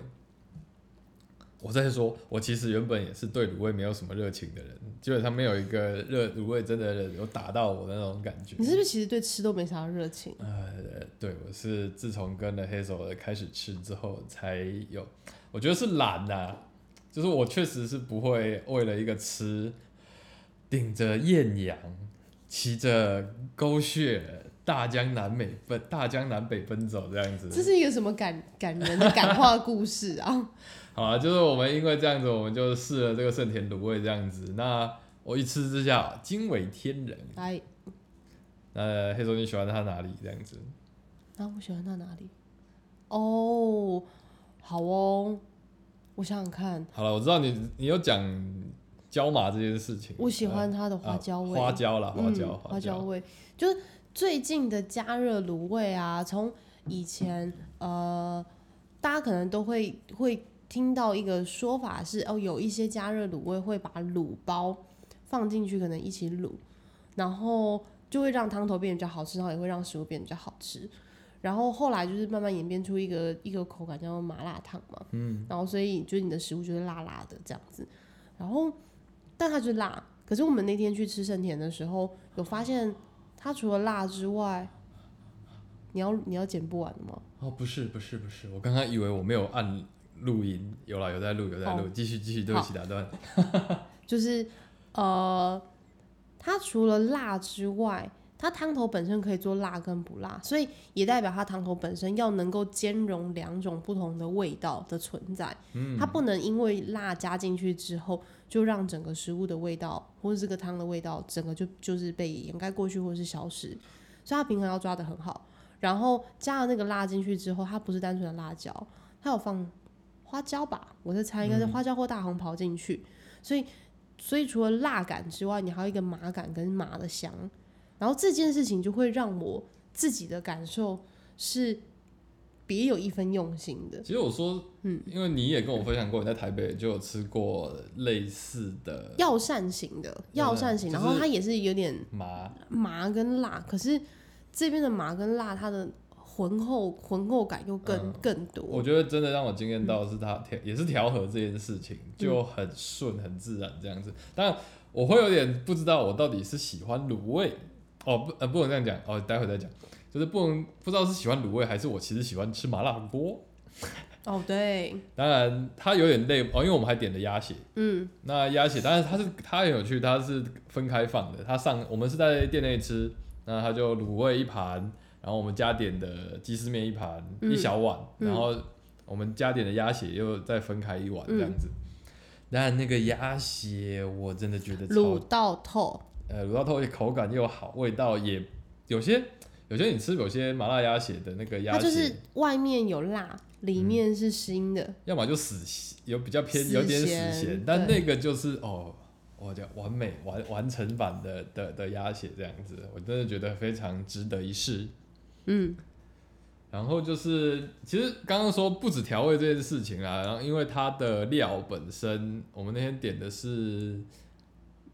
S1: 我再说，我其实原本也是对卤味没有什么热情的人，基本上没有一个热卤味真的有打到我的那种感觉
S2: 你。是不是其实对吃都没啥热情？
S1: 呃，对，我是自从跟了黑手开始吃之后才有，我觉得是懒呐、就是我确实是不会为了一个吃，顶着艳阳，骑着沟血，大江南北奔，大江南北奔走这样
S2: 这
S1: 子。
S2: 是一个什么感感人的感化故事啊？
S1: 好啊，就是我们因为这样子，我们就试了这个盛田卤味这样子。那我一吃之下惊为天人。
S2: 来，
S1: 那黑手你喜欢它哪里这样子？
S2: 那我喜欢到哪里？哦，好哦，我想想看，
S1: 好了，我知道你你有讲椒麻这件事情，
S2: 我喜欢它的
S1: 啊
S2: 花椒味，
S1: 花椒啦，花椒，
S2: 嗯、
S1: 花
S2: 花椒味，就是最近的加热卤味啊，从以前呃，大家可能都会会听到一个说法是，哦，有一些加热卤味会把卤包放进去，可能一起卤，然后就会让汤头变得比较好吃，然后也会让食物变得比较好吃。然后后来就是慢慢演变出一个一个口感叫做麻辣烫嘛，嗯，然后所以就是你的食物就是辣辣的这样子，然后但它就是辣。可是我们那天去吃盛田的时候，有发现它除了辣之外，你要你要剪不完的吗？
S1: 哦，不是不是不是，我刚刚以为我没有按录音，有啦有在录有在录，继续继续，对不起打断。
S2: 就是呃，它除了辣之外，它汤头本身可以做辣跟不辣，所以也代表它汤头本身要能够兼容两种不同的味道的存在。嗯，它不能因为辣加进去之后，就让整个食物的味道或者这个汤的味道，整个就就是被掩盖过去或是消失，所以它平衡要抓得很好。然后加了那个辣进去之后，它不是单纯的辣椒，它有放花椒吧？我在猜应该是花椒或大红袍进去，所以所以除了辣感之外，你还有一个麻感跟麻的香，然后这件事情就会让我自己的感受是别有一分用心的。
S1: 其实我说，
S2: 嗯，
S1: 因为你也跟我分享过，你在台北就有吃过类似的
S2: 药膳型的，药膳型，
S1: 就
S2: 然
S1: 是
S2: 后它也是有点
S1: 麻，
S2: 麻跟辣，可是这边的麻跟辣，它的浑厚浑厚感又更、
S1: 嗯
S2: 更多。
S1: 我觉得真的让我惊艳到的是它调也是调和这件事情就很顺很自然这样子，但我会有点不知道我到底是喜欢卤味哦不呃不能这样讲哦，待会再讲，就是不能不知道是喜欢卤味还是我其实喜欢吃麻辣火锅，
S2: 哦，对，
S1: 当然它有点累哦，因为我们还点了鸭血，
S2: 嗯，
S1: 那鸭血，但是它是它很有趣，它是分开放的。它上我们是在店内吃，那它就卤味一盘，然后我们加点的鸡丝面一盘、
S2: 嗯
S1: 一小碗，
S2: 嗯
S1: 然后我们加点的鸭血又再分开一
S2: 嗯
S1: 碗这样子。但那个鸭血我真的觉得
S2: 卤
S1: 超
S2: 到透，
S1: 呃卤到透，口感又好，味道也有些有些你吃有些麻辣鸭血的那个鸭
S2: 它
S1: 血，
S2: 就是外面有辣，里面是腥的。
S1: 要么就死咸，有比较偏
S2: 死
S1: 有点死
S2: 咸
S1: 咸，但
S2: 对
S1: 那个就是哦，我讲完美完完成版的的的鸭血这样子，我真的觉得非常值得一试。
S2: 嗯
S1: 然后就是，其实刚刚说不止调味这件事情啦，然后因为它的料本身，我们那天点的是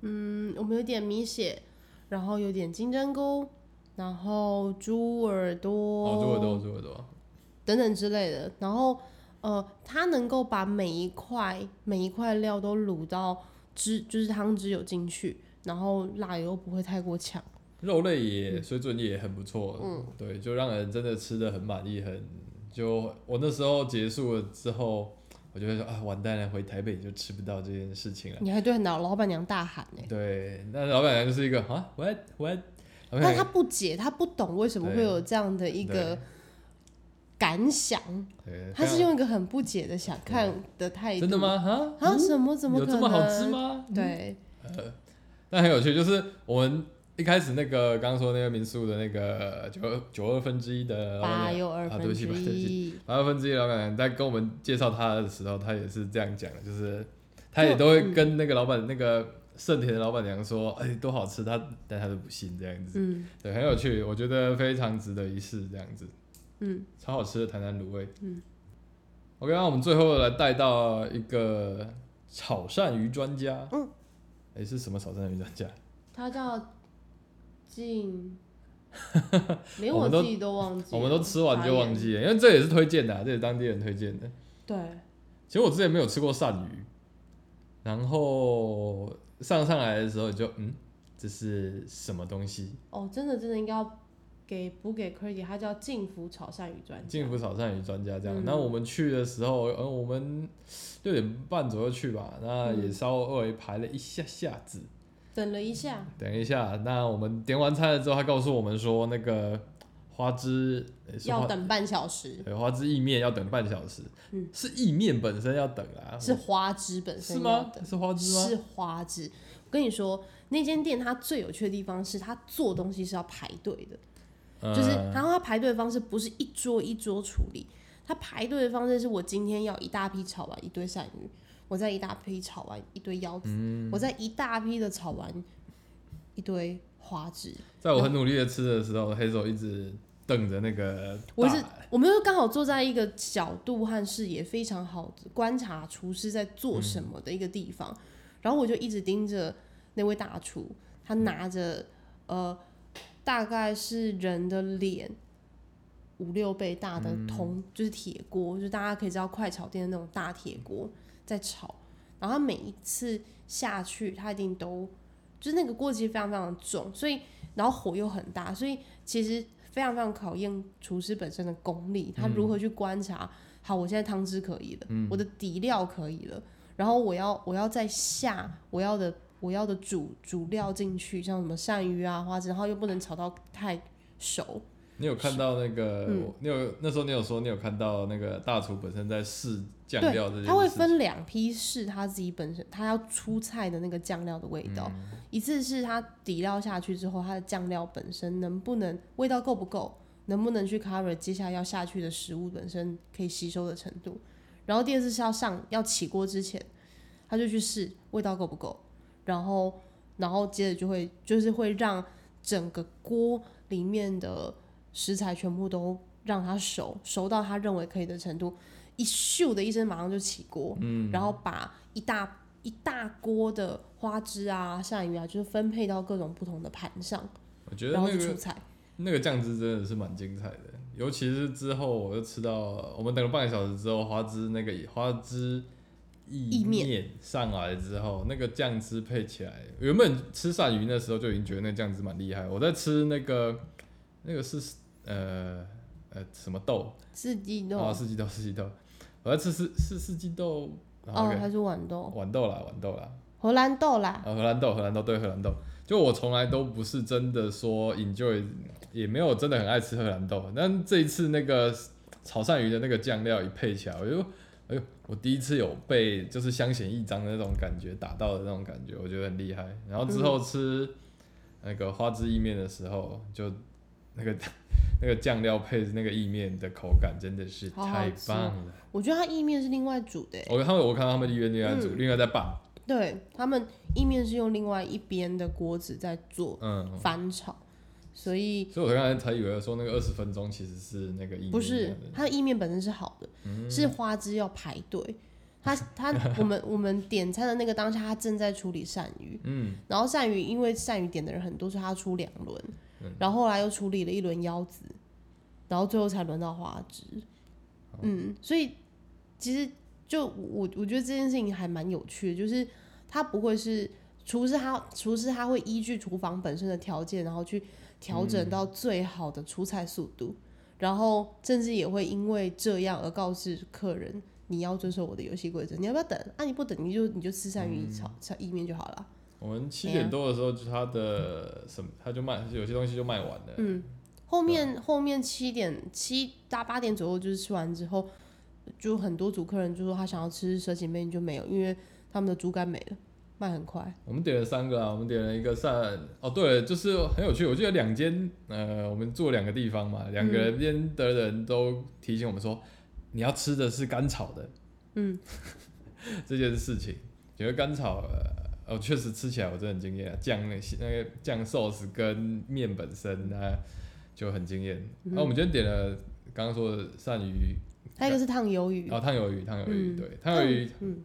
S2: 嗯，我们有点米血，然后有点金针菇，然后猪耳朵，
S1: 哦，猪耳朵，猪耳朵，
S2: 等等之类的。然后呃，它能够把每一块每一块料都卤到汁，就是汤汁有进去，然后辣油不会太过强。
S1: 肉类也水准也很不错，
S2: 嗯，
S1: 对，就让人真的吃的很满意，很就我那时候结束了之后，我就会说啊，完蛋了，回台北就吃不到这件事情了。
S2: 你还对老老板娘大喊呢、
S1: 对，那老板娘就是一个啊，what what，老板
S2: 但他
S1: 娘
S2: 不解，他不懂为什么会
S1: 对
S2: 有这样的一个感想，
S1: 对，
S2: 他是
S1: 非常
S2: 用一个很不解的想看的态度。
S1: 真的？吗？哈
S2: 啊，
S1: 嗯
S2: 什么？怎么
S1: 有
S2: 可
S1: 这
S2: 能？
S1: 么好吃？吗？
S2: 对，
S1: 呃，那很有趣，就是我们一开始那个刚刚说那个民宿的那个九二九二分之一的老板
S2: 八
S1: 娘
S2: 又二
S1: 啊对
S2: 分
S1: 不起
S2: 之
S1: 对不起
S2: 一。
S1: 八分之一老板娘在跟我们介绍她的时候，她也是这样讲的，就是她也都会跟那个老板、那个盛田的老板娘说，哎、多好吃，她但她都不信这样子，
S2: 嗯
S1: 对，很有趣，我觉得非常值得一试这样子，
S2: 嗯，
S1: 超好吃的台南卤味。
S2: 嗯
S1: ，OK，那我们最后来带到一个炒鳝鱼专家，
S2: 嗯，
S1: 哎、是什么炒鳝鱼专家？
S2: 他叫 静，连
S1: 我
S2: 我
S1: 们都
S2: 自己都忘记了，
S1: 我们都吃完就忘
S2: 傻眼。
S1: 记了，因为这也是推荐的、啊，这也是当地人推荐的。
S2: 对，
S1: 其实我之前没有吃过鳝鱼，然后上上来的时候就嗯，这是什么东西？
S2: 哦，真的真的应该要给补给 credit，他叫静福炒鳝鱼专家。
S1: 幸福炒鳝鱼专家这样。
S2: 嗯
S1: 那我们去的时候，呃，我们六点半左右去吧，那
S2: 嗯
S1: 也稍微排了一下下子。
S2: 等了一下，
S1: 等一下，那我们点完餐了之后，他告诉我们说那个花枝诶是
S2: 要
S1: 花
S2: 等半小时，
S1: 对花枝意面要等半小时，
S2: 嗯
S1: 是意面本身要等啊，
S2: 是花枝本身
S1: 是
S2: 要
S1: 吗
S2: 等？
S1: 是花枝吗？
S2: 是花枝。我跟你说，那间店它最有趣的地方是，它做东西是要排队的，就是
S1: 嗯
S2: 然后它排队的方式不是一桌一桌处理，它排队的方式是我今天要一大批炒完一堆鳝鱼，我再一大批炒完一堆腰子，我再一大批的炒完一堆花枝。
S1: 在我很努力的吃的时候，黑手一直瞪着那个大，
S2: 我是我们又刚好坐在一个角度和视野非常好的观察厨师在做什么的一个地方，然后我就一直盯着那位大厨，他拿着、呃大概是人的脸五六倍大的铜，就是铁锅，就大家可以知道快炒店的那种大铁锅在炒，然后他每一次下去，他一定都就是那个锅其实非常非常重，所以然后火又很大，所以其实非常非常考验厨师本身的功力，他如何去观察。好，我现在汤汁可以了，我的底料可以了，然后我要我要再下我要的我要的主主料进去，像什么鳝鱼啊、花枝，然后又不能炒到太熟。
S1: 你有看到那个，
S2: 嗯
S1: 我你有那时候你有说你有看到那个大厨本身在试酱
S2: 对
S1: 料这件事，
S2: 它会分两批试他自己本身他要出菜的那个酱料的味道，
S1: 嗯
S2: 一次是他底料下去之后，它的酱料本身能不能味道够不够，能不能去 cover 接下来要下去的食物本身可以吸收的程度，然后第二次是要上要起锅之前，他就去试味道够不够，然后然后接着就会就是会让整个锅里面的食材全部都让它熟，熟到他认为可以的程度，一咻的一声马上就起锅，
S1: 嗯，
S2: 然后把一大一大锅的花枝啊、鳝鱼啊，就是分配到各种不同的盘上，
S1: 我觉得
S2: 然后
S1: 那
S2: 去出
S1: 个
S2: 菜。
S1: 那个酱汁真的是蛮精彩的，尤其是之后我就吃到，我们等了半个小时之后，花枝那个花枝意
S2: 意面
S1: 面上来之后，那个酱汁配起来，原本吃鳝鱼那时候就已经觉得那个酱汁蛮厉害。我在吃那个那个是呃呃什么豆
S2: 四季豆
S1: 啊，四季豆四季豆，我在吃四四四季豆，然后
S2: 哦，
S1: 那
S2: 还
S1: 个
S2: 是豌豆，
S1: 豌豆啦，豌豆啦，
S2: 荷兰豆啦，
S1: 啊，荷兰豆，荷兰豆，对，荷兰豆。就我从来都不是真的说 enjoy，也没有真的很爱吃荷兰豆。但这一次那个炒鳝鱼的那个酱料一配起来，我就，哎呦，我第一次有被就是香涎益彰的那种感觉打到的那种感觉，我觉得很厉害。然后之
S2: 嗯
S1: 后吃那个花枝意面的时候，就那个那个酱 料配那个意面的口感真的是
S2: 好好
S1: 太
S2: 吃哦
S1: 棒了。
S2: 我觉得它意面是另外煮的欸，
S1: 我他们我看到他们约另外
S2: 嗯
S1: 组，另外在拌，
S2: 对他们意面是用另外一边的锅子在做
S1: 嗯，
S2: 翻炒，所以
S1: 所以我刚才才以为说那个二十分钟其实是那个意面
S2: 不
S1: 这
S2: 是
S1: 样的嗯
S2: 它的意面本身是好的，是花枝要排队。他 他我们我们点餐的那个当下，他正在处理鳝鱼，
S1: 嗯，
S2: 然后鳝鱼因为鳝鱼点的人很多，所以他出两轮，
S1: 嗯
S2: 然后后来又处理了一轮腰子，然后最后才轮到花枝。嗯，所以其实就我我觉得这件事情还蛮有趣的，就是他不会是厨师他厨师他会依据厨房本身的条件，然后去调
S1: 嗯
S2: 整到最好的出菜速度，然后甚至也会因为这样而告知客人。你要遵守我的游戏规则，你要不要等？啊，你不等，你就你就吃鳝
S1: 嗯
S2: 鱼炒炒意面就好了。
S1: 我们七
S2: 对啊
S1: 点多的时候，就他的什么，他就卖有些东西就卖完了，
S2: 嗯，后
S1: 啊
S2: 面后面七点七大八点左右，就是吃完之后，就很多组客人就说他想要吃蛇颈面就没有，因为他们的猪肝没了，卖很快。
S1: 我们点了三个啊，我们点了一个鳝，哦对了，就是很有趣，我记得两间，呃，我们住两个地方嘛，两个边的人都提醒我们说，你要吃的是干炒的，
S2: 嗯，
S1: 这件事情，觉得干炒，呃，哦，确实吃起来我真的很惊艳、啊，酱那些那个酱 sauce 跟面本身啊就很惊艳。那、
S2: 嗯
S1: 我们今天点了刚刚说的鳝鱼，
S2: 还有一个是烫鱿鱼，
S1: 然后烫鱿鱼，烫鱿鱼，
S2: 嗯
S1: 对，烫鱿鱼，
S2: 嗯，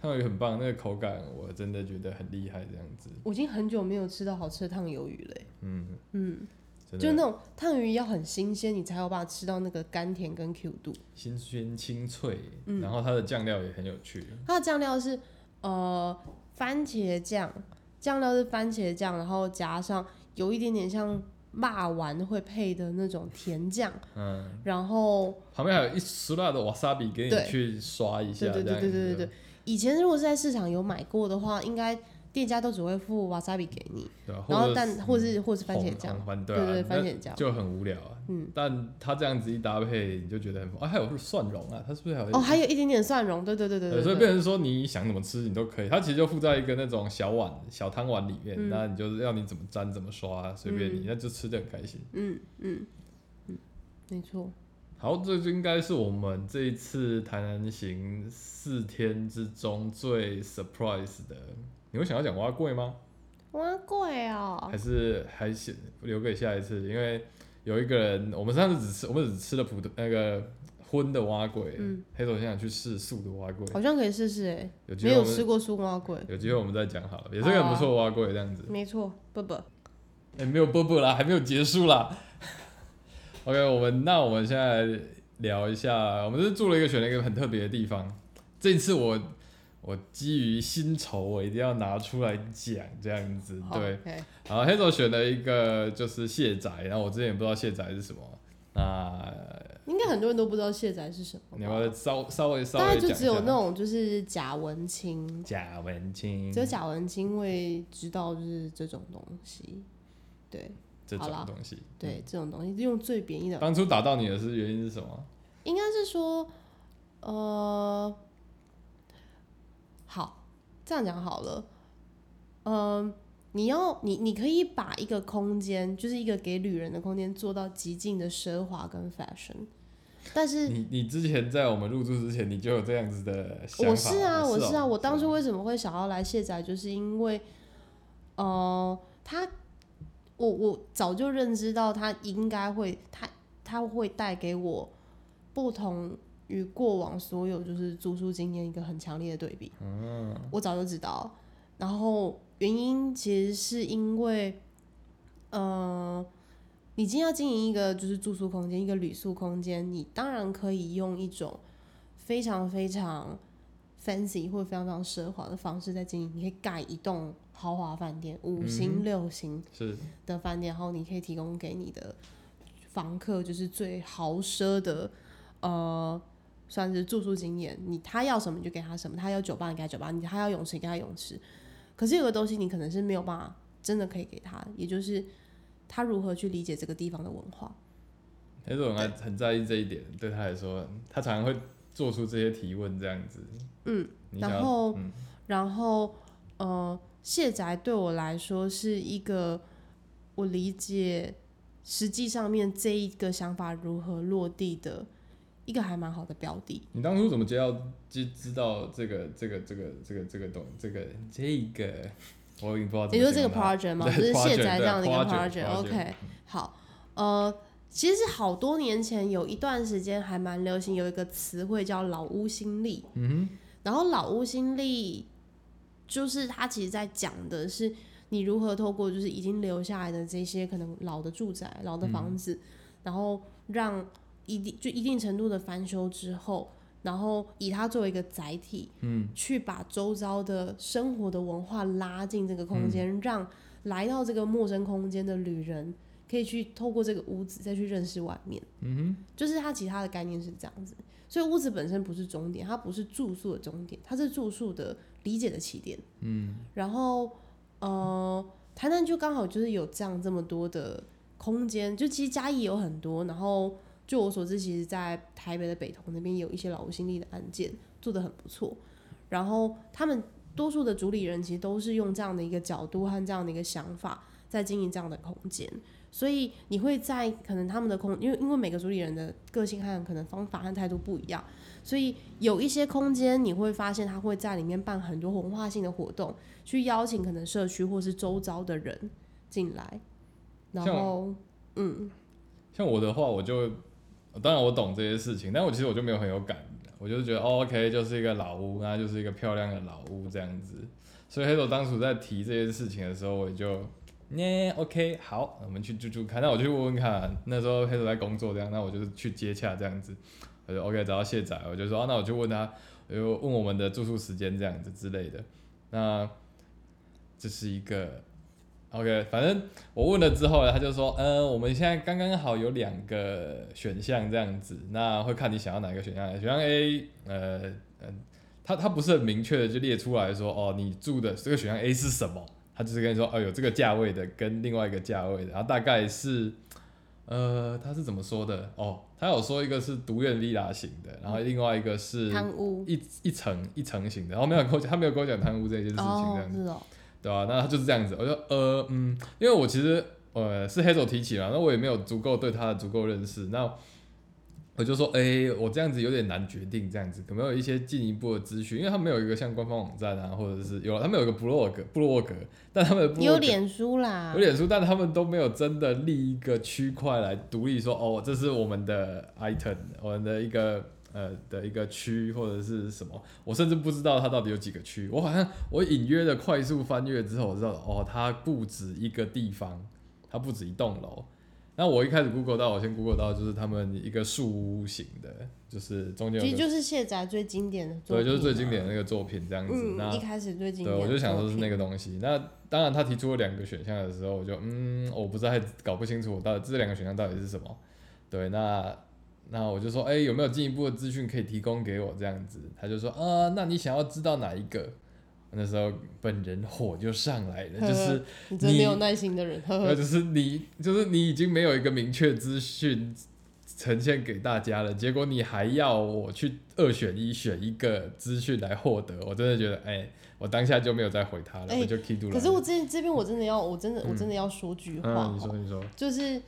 S1: 烫鱿鱼很棒，那个口感我真的觉得很厉害，这样子，
S2: 我已经很久没有吃到好吃的烫鱿鱼了欸、
S1: 嗯，
S2: 嗯，
S1: 真
S2: 就
S1: 的欸
S2: 那种烫鱼要很新鲜，你才有办法吃到那个甘甜跟 Q 度。
S1: 新鲜清脆，
S2: 嗯
S1: 然后它的酱料也很有趣，
S2: 它的酱料是呃番茄酱，酱料是番茄酱，然后加上有一点点像辣丸会配的那种甜酱，
S1: 嗯，
S2: 然后
S1: 旁边还有一熟辣的 wasabi 给你
S2: 对
S1: 去刷一下，
S2: 对对对对对对
S1: 对
S2: 对，以前如果是在市场有买过的话，应该店家都只会付 wasabi 给你，
S1: 对啊，
S2: 然
S1: 或
S2: 后
S1: 者
S2: 但或是或是番
S1: 红
S2: 茄酱，
S1: 红番对
S2: 对
S1: 啊，
S2: 对，
S1: 那
S2: 番茄酱。
S1: 就很无聊啊。
S2: 嗯，
S1: 但它这样子一搭配，你就觉得很啊，还有蒜蓉啊，它是不是还有一
S2: 哦，还有一点点蒜蓉，对对对
S1: 对
S2: 对
S1: 呃所以
S2: 对
S1: 变
S2: 对。
S1: 成说你想怎么吃你都可以，它其实就附在一个那种小碗、小汤碗里面，
S2: 嗯
S1: 那你就是要你怎么沾怎么刷，随便你，那就吃的很开心。
S2: 嗯嗯嗯，没错。
S1: 好，这就应该是我们这一次台南行四天之中最 surprise 的。你会想要讲蛙贵吗？
S2: 哇，贵哦
S1: 还！是还是留给下一次，因为有一个人，我们上次只吃，我们只吃了普通那个荤的蛙龟，
S2: 嗯
S1: 黑手现在想去试素的蛙龟，
S2: 好像可以试试啊哎，
S1: 有机
S2: 没
S1: 会我
S2: 有吃
S1: 们
S2: 过苏瓜贵，
S1: 有机会我们再讲好了，也是个很不错的蛙龟这样子。
S2: 没错，不不，
S1: 哎、没有波波啦，还没有结束啦。OK，我们那我们现在来聊一下，我们是住了一个选了一个很特别的地方。这一次我我基于薪酬，我一定要拿出来讲这样子，
S2: 好
S1: 对。
S2: ，OK，
S1: 然后黑手选了一个就是卸载，然后我之前也不知道卸载是什么，那
S2: 应该很多人都不知道卸载是什么吧，
S1: 你要不要稍稍微稍
S2: 大概
S1: 微
S2: 就
S1: 讲一
S2: 只有
S1: 下
S2: 那种就是贾文清，
S1: 贾文清
S2: 只有贾文清会知道就是这种东西，对
S1: 这
S2: 好
S1: 种
S2: 啦
S1: 东西？
S2: 对，这种东西用最便宜的，
S1: 当初打到你的是原因是什么？
S2: 应该是说，呃，好，这样讲好了，嗯、你要你你可以把一个空间，就是一个给旅人的空间，做到极尽的奢华跟 fashion，但是
S1: 你你之前在我们入住之前，你就有这样子的想法？
S2: 我是啊，我
S1: 哦
S2: 是啊，我当
S1: 是
S2: 初为什么会想要来卸载，就是因为，呃，他，我我早就认知到他应该会，他它会带给我不同于过往所有就是租书经验一个很强烈的对比。嗯，我早就知道，然后原因其实是因为，呃，你今天要经营一个就是住宿空间，一个旅宿空间，你当然可以用一种非常非常 fancy 或者非常非常奢华的方式在经营，你可以盖一栋豪华饭店，五
S1: 嗯
S2: 星、六星。
S1: 是
S2: 的饭店，然后你可以提供给你的房客就是最豪奢的，呃，算是住宿经验。你他要什么你就给他什么，他要酒吧你给他酒吧，你他要泳池你给他泳池。可是有个东西你可能是没有办法真的可以给他，也就是他如何去理解这个地方的文化。
S1: 黑总还很在意这一点，对他来说，他常常会做出这些提问这样子。
S2: 嗯，
S1: 你想要
S2: 然后
S1: 嗯
S2: 然后，呃，卸宅对我来说是一个我理解实际上面这一个想法如何落地的一个还蛮好的标的。
S1: 你当初怎么接到知知道这个这个这个这个这个东这个这个，我已经不知啊道怎么形容它。
S2: 也就是这个 project 嘛，就
S1: 对
S2: 是卸载
S1: project，
S2: 这样的一个
S1: 对 project，
S2: OK，好，呃，其实好多年前有一段时间还蛮流行有一个词汇叫“老屋心力”，
S1: 嗯
S2: 然后“老屋心力”就是它其实在讲的是你如何透过就是已经留下来的这些可能老的住宅、老
S1: 嗯
S2: 的房子，然后让一定就一定程度的翻修之后。然后以它作为一个载体，
S1: 嗯，
S2: 去把周遭的生活的文化拉进这个
S1: 嗯
S2: 空间，让来到这个陌生空间的旅人可以去透过这个屋子再去认识外面。
S1: 嗯
S2: 就是它其他的概念是这样子，所以屋子本身不是终点，它不是住宿的终点，它是住宿的理解的起点。
S1: 哼，嗯，
S2: 然后呃，台南就刚好就是有这样这么多的空间，就其实嘉义有很多，然后就我所知，其实在台北的北投那边有一些老吴心力的案件做得很不错，然后他们多数的主理人其实都是用这样的一个角度和这样的一个想法在经营这样的空间。所以你会在可能他们的空，因为因为每个主理人的个性和可能方法和态度不一样，所以有一些空间你会发现他会在里面办很多文化性的活动，去邀请可能社区或是周遭的人进来，然
S1: 像
S2: 后嗯，
S1: 像我的话，我就当然我懂这些事情，但我其实我就没有很有感，我就是觉得哦，OK，就是一个老屋，那就是一个漂亮的老屋这样子。所以黑手当初在提这些事情的时候，我就呢，OK，好，我们去住住看，那我就去问问看。啊那时候黑手在工作这样，那我就是去接洽这样子。我就 OK 找到卸载，我就说、啊、那我就问他，我就问我们的住宿时间这样子之类的。那这是一个 OK，反正我问了之后呢，他就说，嗯，我们现在刚刚好有两个选项这样子，那会看你想要哪一个选项。选项 A，呃，嗯，他他不是很明确的就列出来说，哦，你住的这个选项 A 是什么？他就是跟你说，哦，有这个价位的跟另外一个价位的，然后大概是，呃，他是怎么说的？哦，他有说一个是独院 villa 型的，然后另外一个是
S2: 贪污
S1: 一一层一层型的，然后没有跟我讲，他没有跟我讲贪污这件事情这
S2: 哦
S1: 样，子。
S2: 是哦，
S1: 对啊，那他就是这样子，我就呃嗯，因为我其实呃是黑手提起嘛，那我也没有足够对他的足够认识，那我就说，哎、我这样子有点难决定，这样子有没有一些进一步的资讯？因为他们有一个像官方网站啊，或者是有他们有一个部落格部落格，但他们的部
S2: 你有
S1: 落格
S2: 脸书啦
S1: 有，脸书，但他们都没有真的立一个区块来独立说，哦，这是我们的 item，我们的一个呃的一个区或者是什么，我甚至不知道它到底有几个区。我好像我隐约的快速翻阅之后，我知道哦，它不止一个地方，它不止一栋楼。那我一开始 Google 到，我先 Google 到就是他们一个树屋型的，就是中间
S2: 其
S1: 有
S2: 实
S1: 个，
S2: 就是卸载最经典的作
S1: 对，
S2: 品，啊
S1: 就是最经典，的那个作品这样子。那
S2: 嗯，一开始最经
S1: 对，
S2: 典，
S1: 我就想说是那
S2: 个，
S1: 个东西。那当然，他提出了两个选项的时候，我就嗯，我不是还搞不清楚我到底这两个选项到底是什么。对，那那我就说，哎、有没有进一步的资讯可以提供给我？这样子，他就说，啊，那你想要知道哪一个？那时候本人火就上来了，就是
S2: 你真没有耐心的人，呵
S1: 那
S2: 呵，
S1: 就是你，就是你已经没有一个明确资讯呈现给大家了，结果你还要我去二选一选一个资讯来获得，我真的觉得，哎、我当下就没有再回他了，
S2: 哎
S1: 我就 key 住了。
S2: 可是我这这边我真的要，我真的我真的要说句话
S1: 嗯，你
S2: 哦，
S1: 说你说，
S2: 就是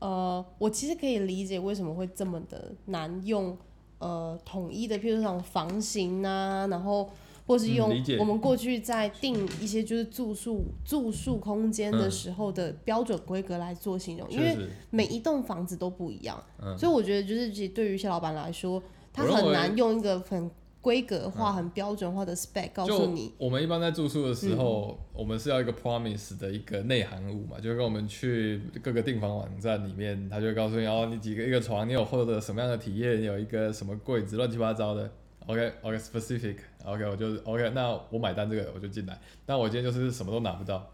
S2: 呃，我其实可以理解为什么会这么的难用呃统一的，譬如说像房型啊，然后或是
S1: 嗯
S2: 用
S1: 理解
S2: 我们过去在定一些就是住宿住宿空间的
S1: 嗯
S2: 时候的标准规格来做形容，因
S1: 确
S2: 为
S1: 实，
S2: 每一栋房子都不一样，
S1: 嗯
S2: 所以我觉得就是其实对于谢老板来说，他
S1: 我认
S2: 很
S1: 为
S2: 难用一个很规格化、
S1: 嗯
S2: 很标准化的 spec 告诉
S1: 就
S2: 你，嗯
S1: 我们一般在住宿的时候，我们是要一个 promise 的一个内涵物嘛，就跟我们去各个订房网站里面，他就会告诉你哦，你几个一个床，你有获得什么样的体验，有一个什么柜子，乱七八糟的。OK OK specific OK 我就是 OK，那我买单这个我就进来，但我今天就是什么都拿不到，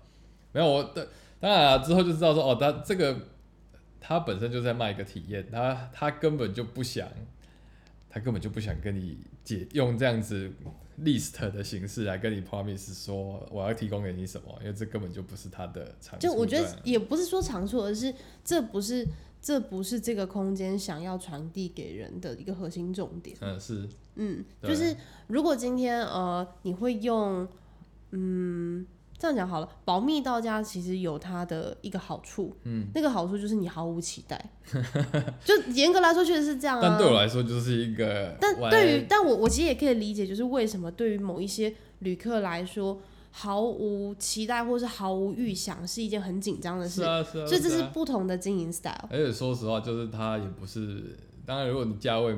S1: 没有我的当然啊之后就知道说哦，他这个他本身就在卖一个体验，他他根本就不想，他根本就不想跟你解用这样子 list 的形式来跟你 promise 说我要提供给你什么，因为这根本就不是他的长处。
S2: 就我觉
S1: 对
S2: 得也不是说长处，而是这不是这不是这个空间想要传递给人的一个核心重点。
S1: 嗯是
S2: 嗯，
S1: 对
S2: 就是如果今天呃，你会用，嗯，这样讲好了，保密到家其实有它的一个好处，
S1: 嗯，
S2: 那个好处就是你毫无期待， 就严格来说确实是这样啊。
S1: 但对我来说就是一个，
S2: 但对于，但我我其实也可以理解，就是为什么对于某一些旅客来说，毫无期待或是毫无预想是一件很紧张的事，
S1: 是啊是啊，
S2: 所以这
S1: 啊
S2: 是不同的经营 style。
S1: 而且说实话，就是它也不是，当然如果你价位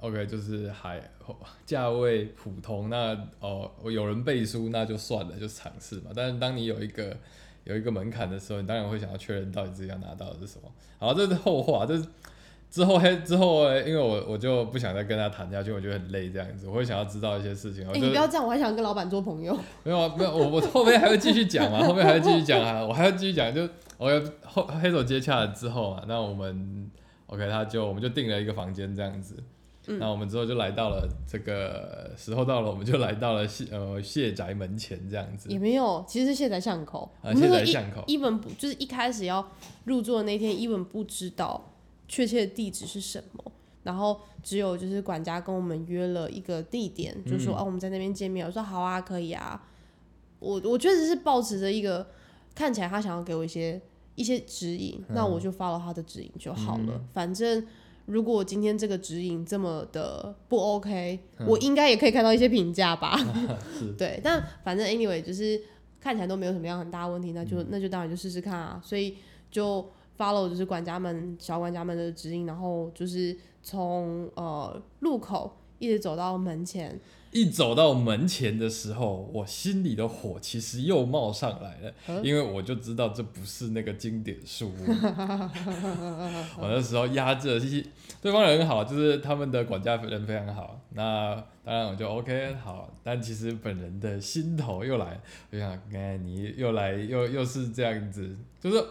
S1: OK，就是还哦价位普通，那哦有人背书那就算了，就尝试嘛。但是当你有一个有一个门槛的时候，你当然会想要确认到底自己要拿到的是什么。好，这是后话，这是之后嘿之后，呃因为我我就不想再跟他谈下去，我觉得很累这样子，我会想要知道一些事情。我
S2: 哎、
S1: 就
S2: 你
S1: 是
S2: 不要这样，我还想跟老板做朋友。
S1: 没有啊，没有，我我后面还会继续讲嘛，后面还会继续讲啊，我还要继续讲，就我要后黑手接洽了之后嘛，那我们 OK，他就我们就订了一个房间这样子，那我们之后就来到了这个时候到了，我们就来到了谢呃谢宅门前这样子
S2: 也，没有，其实是卸载巷口，
S1: 啊
S2: 我们那时候
S1: 卸载
S2: 一
S1: 巷口
S2: 一本不就是一开始要入住的那天，一本不知道确切的地址是什么，然后只有就是管家跟我们约了一个地点，就说、
S1: 嗯
S2: 啊我们在那边见面，我说好啊，可以啊，我我确实是抱持着一个看起来他想要给我一些一些指引，那
S1: 嗯
S2: 我就 follow 他的指引就好了，反正。如果我今天这个指引这么的不 OK，、我应该也可以看到一些评价吧。
S1: 嗯 是
S2: 对，但反正 anyway 就是看起来都没有什么样很大的问题，那
S1: 嗯
S2: 就、那就当然就试试看啊。所以就 follow 就是管家们小管家们的指引，然后就是从呃路口一直走到门前，
S1: 一走到门前的时候，我心里的火其实又冒上来了，
S2: 嗯
S1: 因为我就知道这不是那个经典书 屋。我那时候压制，其实对方人很好，就是他们的管家人非常好。那当然我就 OK 好，但其实本人的心头又来，我想，哎，你又来又又是这样子，就是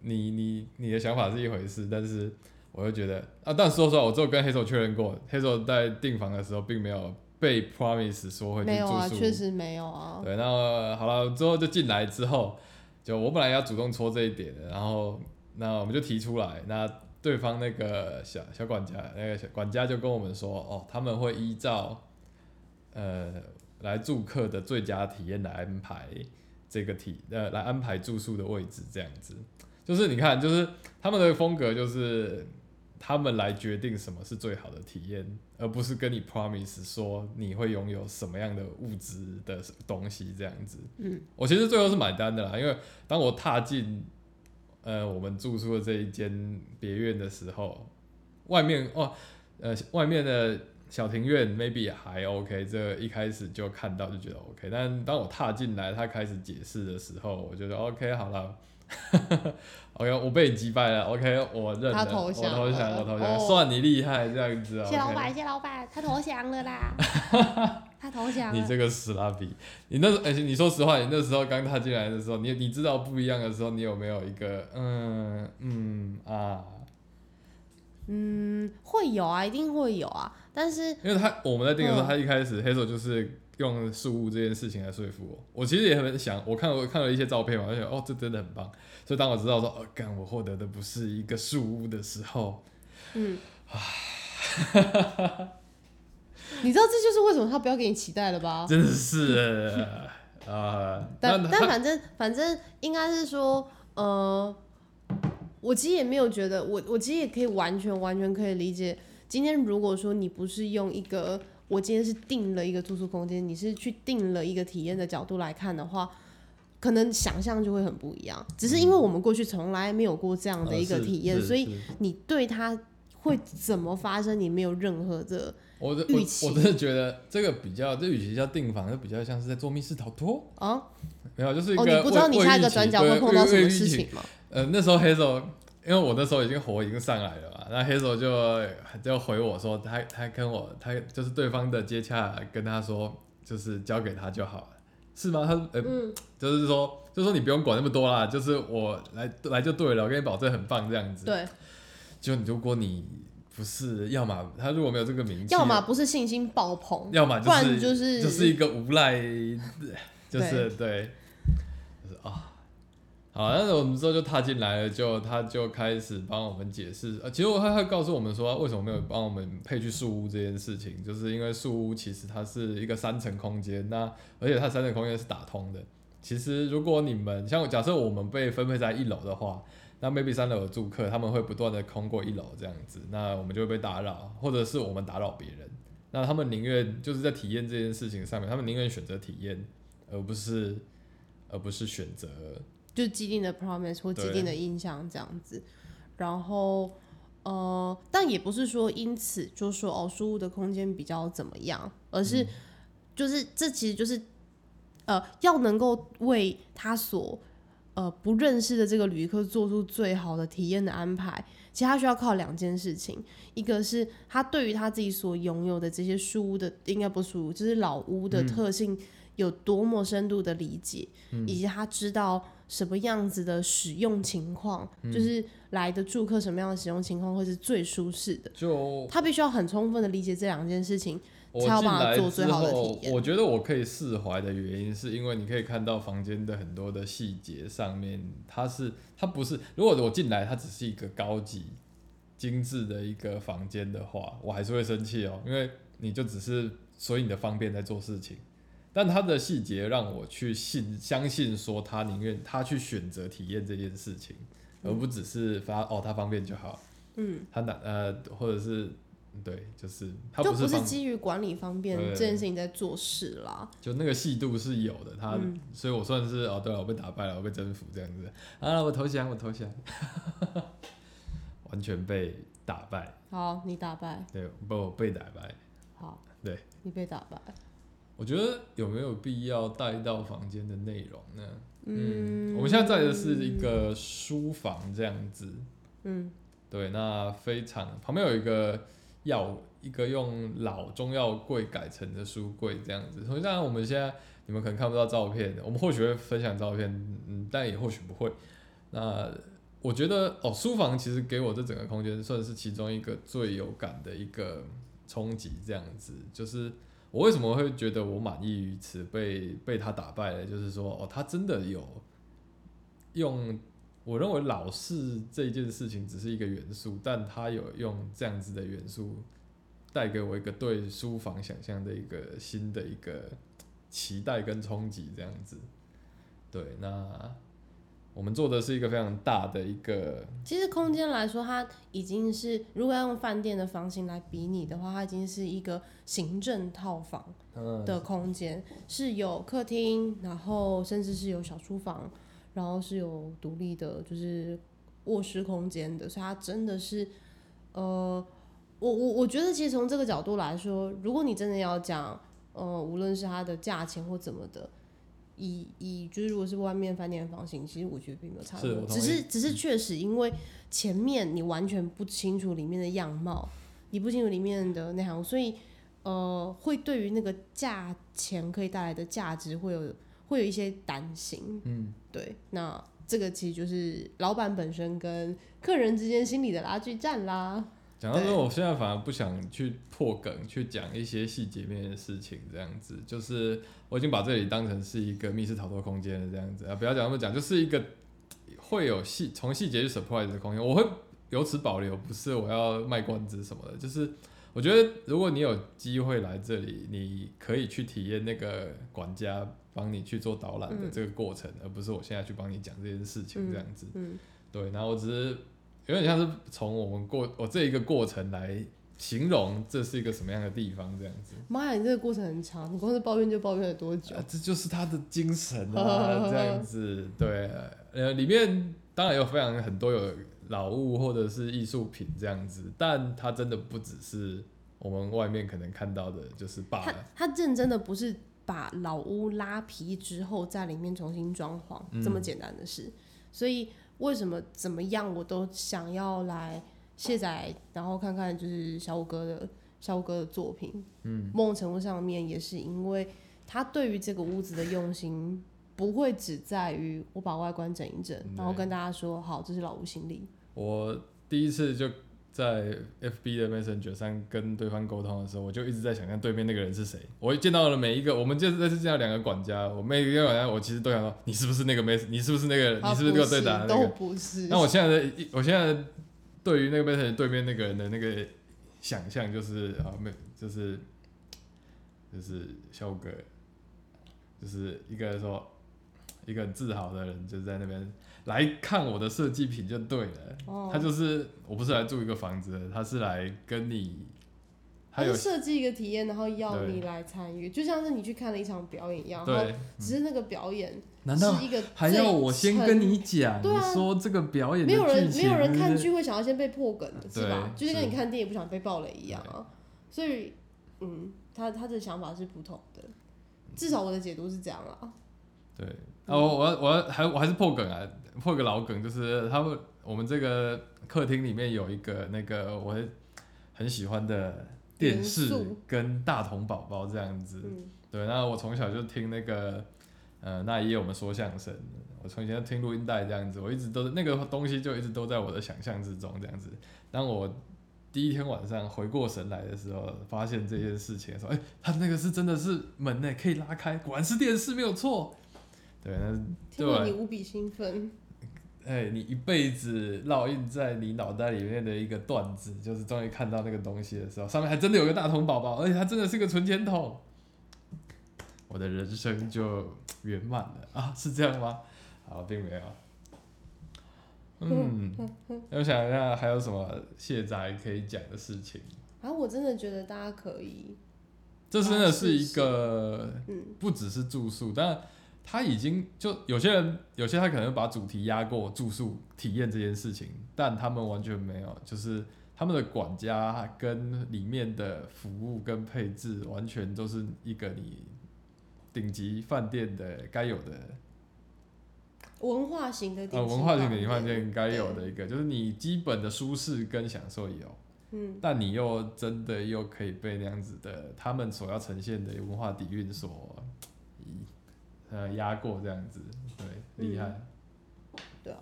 S1: 你你你的想法是一回事，但是我又觉得啊，但说实话，我只有跟黑手确认过，黑手在订房的时候并没有被 promise 说会去
S2: 没
S1: 住
S2: 有
S1: 宿，
S2: 啊，确实没有啊。
S1: 对，那呃好了，之后就进来之后，就我本来要主动戳这一点的，然后那我们就提出来，那对方那个小小管家，那个小管家就跟我们说，哦，他们会依照呃来住客的最佳体验来安排这个体呃来安排住宿的位置，这样子，就是你看，就是他们的风格就是。他们来决定什么是最好的体验，而不是跟你 promise 说你会拥有什么样的物质的东西这样子。
S2: 嗯，
S1: 我其实最后是买单的啦，因为当我踏进呃我们住宿的这一间别院的时候，外面哦呃外面的小庭院 maybe 还 OK，这一开始就看到就觉得 OK，但当我踏进来，他开始解释的时候，我觉得 OK 好 了。OK，我被你击败了。OK，我认了，
S2: 他投降
S1: 我投降，
S2: 了
S1: 我投降，
S2: 哦
S1: 算你厉害，这样子啊。
S3: 谢老
S1: OK
S3: 板，谢老板，他投降了 啦！他投降
S1: 你
S3: 了。
S1: 这个死拉比，你那时候，而且你说实话，你那时候刚踏进来的时候，你你知道不一样的时候，你有没有一个嗯嗯啊？
S2: 嗯，会有啊，一定会有啊。但是
S1: 因为他我们在定的时候，
S2: 嗯
S1: 他一开始黑手就是用树屋这件事情来说服我。我其实也很想，我看我看了一些照片嘛，我就想哦，这真的很棒。所以当我知道说，哦，干我获得的不是一个树屋的时候，
S2: 你知道这就是为什么他不要给你期待了吧？
S1: 真的是啊、
S2: 哦 但
S1: 那
S2: 但
S1: 他
S2: 反正反正应该是说，呃，我其实也没有觉得，我我其实也可以完全完全可以理解，今天如果说你不是用一个。我今天是定了一个住宿空间，你是去定了一个体验的角度来看的话，可能想象就会很不一样。只是因为
S1: 嗯
S2: 我们过去从来没有过这样的
S1: 呃
S2: 一个体验，所以
S1: 以
S2: 你对它会怎么发生，你没有任何的
S1: 我的
S2: 预
S1: 我
S2: 期
S1: 我真的觉得这个比较，这与其叫订房，这比较像是在做密室逃脱。
S2: 哦
S1: 没有，就是一
S2: 哦，
S1: 个
S2: 你不知道你
S1: 未
S2: 下一个转角会碰到什么事。
S1: 未预期对未未预期
S2: 情吗？
S1: 呃，那时候黑手，因为我那时候已经火已经上来了嘛，那黑手就就回我说，他他跟我他就是对方的接洽跟他说，就是交给他就好了，是吗？他呃、
S2: 嗯
S1: 就是说就是说你不用管那么多啦，就是我来来就对了，我跟你保证很棒这样子。，
S2: 对，
S1: 就如果你不是，要么他如果没有这个名气，
S2: 要么不是信心爆棚，
S1: 要么
S2: 不然
S1: 是就
S2: 就是
S1: 一个无赖，就是对，就是啊。好，但是我们之后就踏进来了，就他就开始帮我们解释，呃，其实我他会告诉我们说，为什么没有帮我们配去树屋这件事情，就是因为树屋其实它是一个三层空间，那而且它三层空间是打通的。其实如果你们像假设我们被分配在一楼的话，那 maybe 三楼的住客他们会不断的空过一楼这样子，那我们就会被打扰，或者是我们打扰别人。那他们宁愿就是在体验这件事情上面，他们宁愿选择体验，而不是而不是选择
S2: 就既定的 promise 或既
S1: 对
S2: 定的印象这样子。然后呃，但也不是说因此就说哦，书屋的空间比较怎么样，而是、就是这其实就是呃，要能够为他所呃不认识的这个旅客做出最好的体验的安排。其实他需要靠两件事情，一个是他对于他自己所拥有的这些书屋的，应该不是书屋，就是老屋的特性有多么深度的理解，以及他知道什么样子的使用情况，
S1: 嗯
S2: 就是来的住客什么样的使用情况会是最舒适的。
S1: 就
S2: 他必须要很充分的理解这两件事情，
S1: 我
S2: 才有
S1: 进
S2: 办法
S1: 来
S2: 做最
S1: 之
S2: 好的
S1: 后
S2: 体，验
S1: 我觉得我可以释怀的原因，是因为你可以看到房间的很多的细节上面，它是它不是，如果我进来它只是一个高级精致的一个房间的话，我还是会生气哦，因为你就只是随你的方便在做事情。但它的细节让我去信相信说他宁愿他去选择体验这件事情，而不只是发哦他方便就好，嗯，他哪呃或者是对，就是他
S2: 就
S1: 不是
S2: 不是
S1: 方
S2: 基于管理方面
S1: 对
S2: 这件事情在做事啦。
S1: 就那个细度是有的，他，所以我算是哦，对了，我被打败了，我被征服这样子，啊，我投降，我投降， 完全被打败，
S2: 好，你打败，
S1: 对，不，我被打败，
S2: 好，
S1: 对，
S2: 你被打败。
S1: 我觉得有没有必要带到房间的内容呢？嗯，我们现在在的是一个书房这样子，
S2: 嗯，
S1: 对，那非常旁边有一个药，一个用老中药柜改成的书柜这样子。所以当然我们现在你们可能看不到照片，我们或许会分享照片，嗯，但也或许不会。那我觉得哦，书房其实给我这整个空间算是其中一个最有感的一个冲击，这样子就是。我为什么会觉得我满意于此被被他打败了？就是说，哦，他真的有用我认为老式这件事情只是一个元素，但它有用这样子的元素带给我一个对书房想象的一个新的一个期待跟冲击，这样子。对，那我们做的是一个非常大的一个，
S2: 其实空间来说，它已经是如果要用饭店的房型来比拟的话，它已经是一个行政套房
S1: 嗯，
S2: 的空间，是有客厅，然后甚至是有小厨房，然后是有独立的，就是卧室空间的，所以它真的是，呃，我我我觉得其实从这个角度来说，如果你真的要讲，呃，无论是它的价钱或怎么的。以以就是如果是外面饭店的房型，其实我觉得并没有差
S1: 是
S2: 多，
S1: 我同
S2: 只
S1: 意
S2: 是只是确实因为前面你完全不清楚里面的样貌，你不清楚里面的内涵，所以呃，会对于那个价钱可以带来的价值会有会有一些担心。
S1: 嗯，
S2: 对，那这个其实就是老板本身跟客人之间心理的拉锯战啦。
S1: 讲到这，
S2: 对
S1: 我现在反而不想去破梗，去讲一些细节面的事情，这样子，就是我已经把这里当成是一个密室逃脱空间了，这样子啊，不要讲那么讲，就是一个会有细从细节去 surprise 的空间，我会有此保留，不是我要卖关子什么的，就是我觉得如果你有机会来这里，你可以去体验那个管家帮你去做导览的这个过程，而不是我现在去帮你讲这件事情这样子，
S2: 嗯，
S1: 对，然后我只是有点像是从我们过我这一个过程来形容这是一个什么样的地方，这样子。
S2: 妈呀，你这个过程很长，你光是抱怨就抱怨了多久
S1: 啊？，这就是他的精神啊，这样子，对，呃，里面当然有非常很多有老物或者是艺术品这样子，但它真的不只是我们外面可能看到的，就是罢
S2: 他
S1: 了，
S2: 他认真的不是把老屋拉皮之后在里面重新装潢、
S1: 嗯
S2: 这么简单的事，所以为什么怎么样我都想要来卸载，然后看看就是小五哥的小五哥的作品，
S1: 嗯，
S2: 某种程度上面也是因为他对于这个屋子的用心。不会只在于我把外观整一整，然后
S1: 对
S2: 跟大家说好，这是老屋行李。
S1: 我第一次就在 FB 的 Messenger 上跟对方沟通的时候，我就一直在想象对面那个人是谁。我见到了每一个，我们就是这次见到两个管家，我每一个管家，我其实都想说，你是不是那个 Mess？你是不是那个人？
S2: 他
S1: 你是不是给我对答、那个
S2: 都？不是。
S1: 那我现在的一，我现在对于那个 Messenger 对面那个人的那个想象就是啊，没就是就是小五哥，就是一个说一个很自豪的人，就在那边来看我的设计品就对了。
S2: 哦
S1: 他就是我不是来住一个房子的，他是来跟你，
S2: 他
S1: 还有
S2: 就设计一个体验，然后要
S1: 对
S2: 你来参与，就像是你去看了一场表演一样。然后
S1: 对，
S2: 只是那个表演
S1: 难道
S2: 是一个
S1: 还要我先跟你讲，
S2: 对啊
S1: 你说这个表演
S2: 最
S1: 的
S2: 没有人
S1: 剧
S2: 没
S1: 情
S2: 有人看
S1: 是
S2: 剧会想要先被破梗的是吧？
S1: 对
S2: 就是跟
S1: 是
S2: 你看电影不想被爆雷一样啊。所以，嗯，他他的想法是不同的，至少我的解读是这样啦。
S1: 对，啊，我我要我要还我还是破梗啊，破个老梗，就是他们我们这个客厅里面有一个那个我很很喜欢的电视
S2: 元素
S1: 跟大童宝宝这样子，
S2: 嗯，
S1: 对，那我从小就听那个呃那一夜我们说相声，我从以前就听录音带这样子，我一直都那个东西就一直都在我的想象之中这样子。当我第一天晚上回过神来的时候，发现这件事情的时候，哎、他那个是真的是门呢、可以拉开，果然是电视没有错。对，那
S2: 听
S1: 对我
S2: 得
S1: 来
S2: 你无比兴奋，
S1: 哎、你一辈子烙印在你脑袋里面的一个段子，就是终于看到那个东西的时候，上面还真的有个大桶宝宝，而且它真的是个存钱筒，我的人生就圆满了啊！是这样吗？好，并没有。嗯，那我想一下还有什么卸载可以讲的事情。
S2: 然啊后我真的觉得大家可以，
S1: 这真的是一
S2: 是
S1: 个
S2: 嗯，
S1: 不只是住宿，但他已经就有些人，有些他可能把主题压过住宿体验这件事情，但他们完全没有，就是他们的管家跟里面的服务跟配置，完全都是一个你顶级饭店的该有的
S2: 文化型的
S1: 呃
S2: 顶级
S1: 文化型
S2: 饭
S1: 的
S2: 店
S1: 饭店该有的一个，就是你基本的舒适跟享受也有。
S2: 嗯，
S1: 但你又真的又可以被那样子的他们所要呈现的文化底蕴所，以呃压过这样子，对，厉害、
S2: 嗯对啊，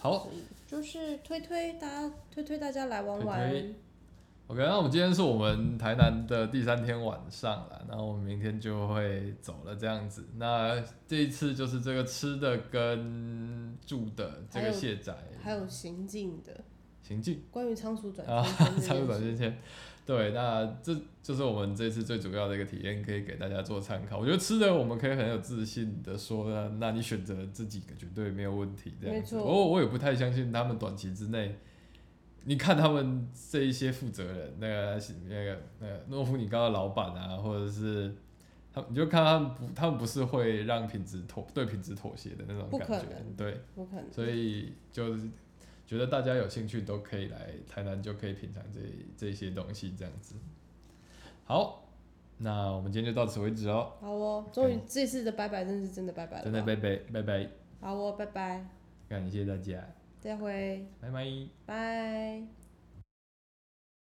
S1: 好
S2: 就是推推大家推推大家来玩玩，
S1: 推推，OK，那我们今天是我们台南的第三天晚上了，然后我们明天就会走了这样子。那这一次就是这个吃的跟住的这
S2: 还
S1: 个
S2: 有
S1: 卸载
S2: 还有行进的。
S1: 行进。
S2: 关于仓鼠转
S1: 啊，
S2: 圈圈这件事
S1: 参与短线线，对，那这就是我们这次最主要的一个体验，可以给大家做参考。我觉得吃的我们可以很有自信的说，那那你选择这几个绝对没有问题，这样子。
S2: 没错
S1: 我我也不太相信他们短期之内，你看他们这一些负责人，那个那个那个诺夫尼高的老板啊，或者是。他们你就看他们不，他们不是会让品质妥对品质妥协的那种
S2: 不
S1: 感
S2: 可
S1: 觉，
S2: 能
S1: 对，
S2: 不可能。
S1: 所以就是觉得大家有兴趣都可以来台南，就可以品尝这这些东西这样子。好，那我们今天就到此为止哦，
S2: 好哦，终于这次的拜拜真是真的拜拜了吧。
S1: 真的拜拜拜拜，
S2: 好哦，拜拜，
S1: 感谢大家，
S2: 再会，
S1: 拜拜。
S2: 拜。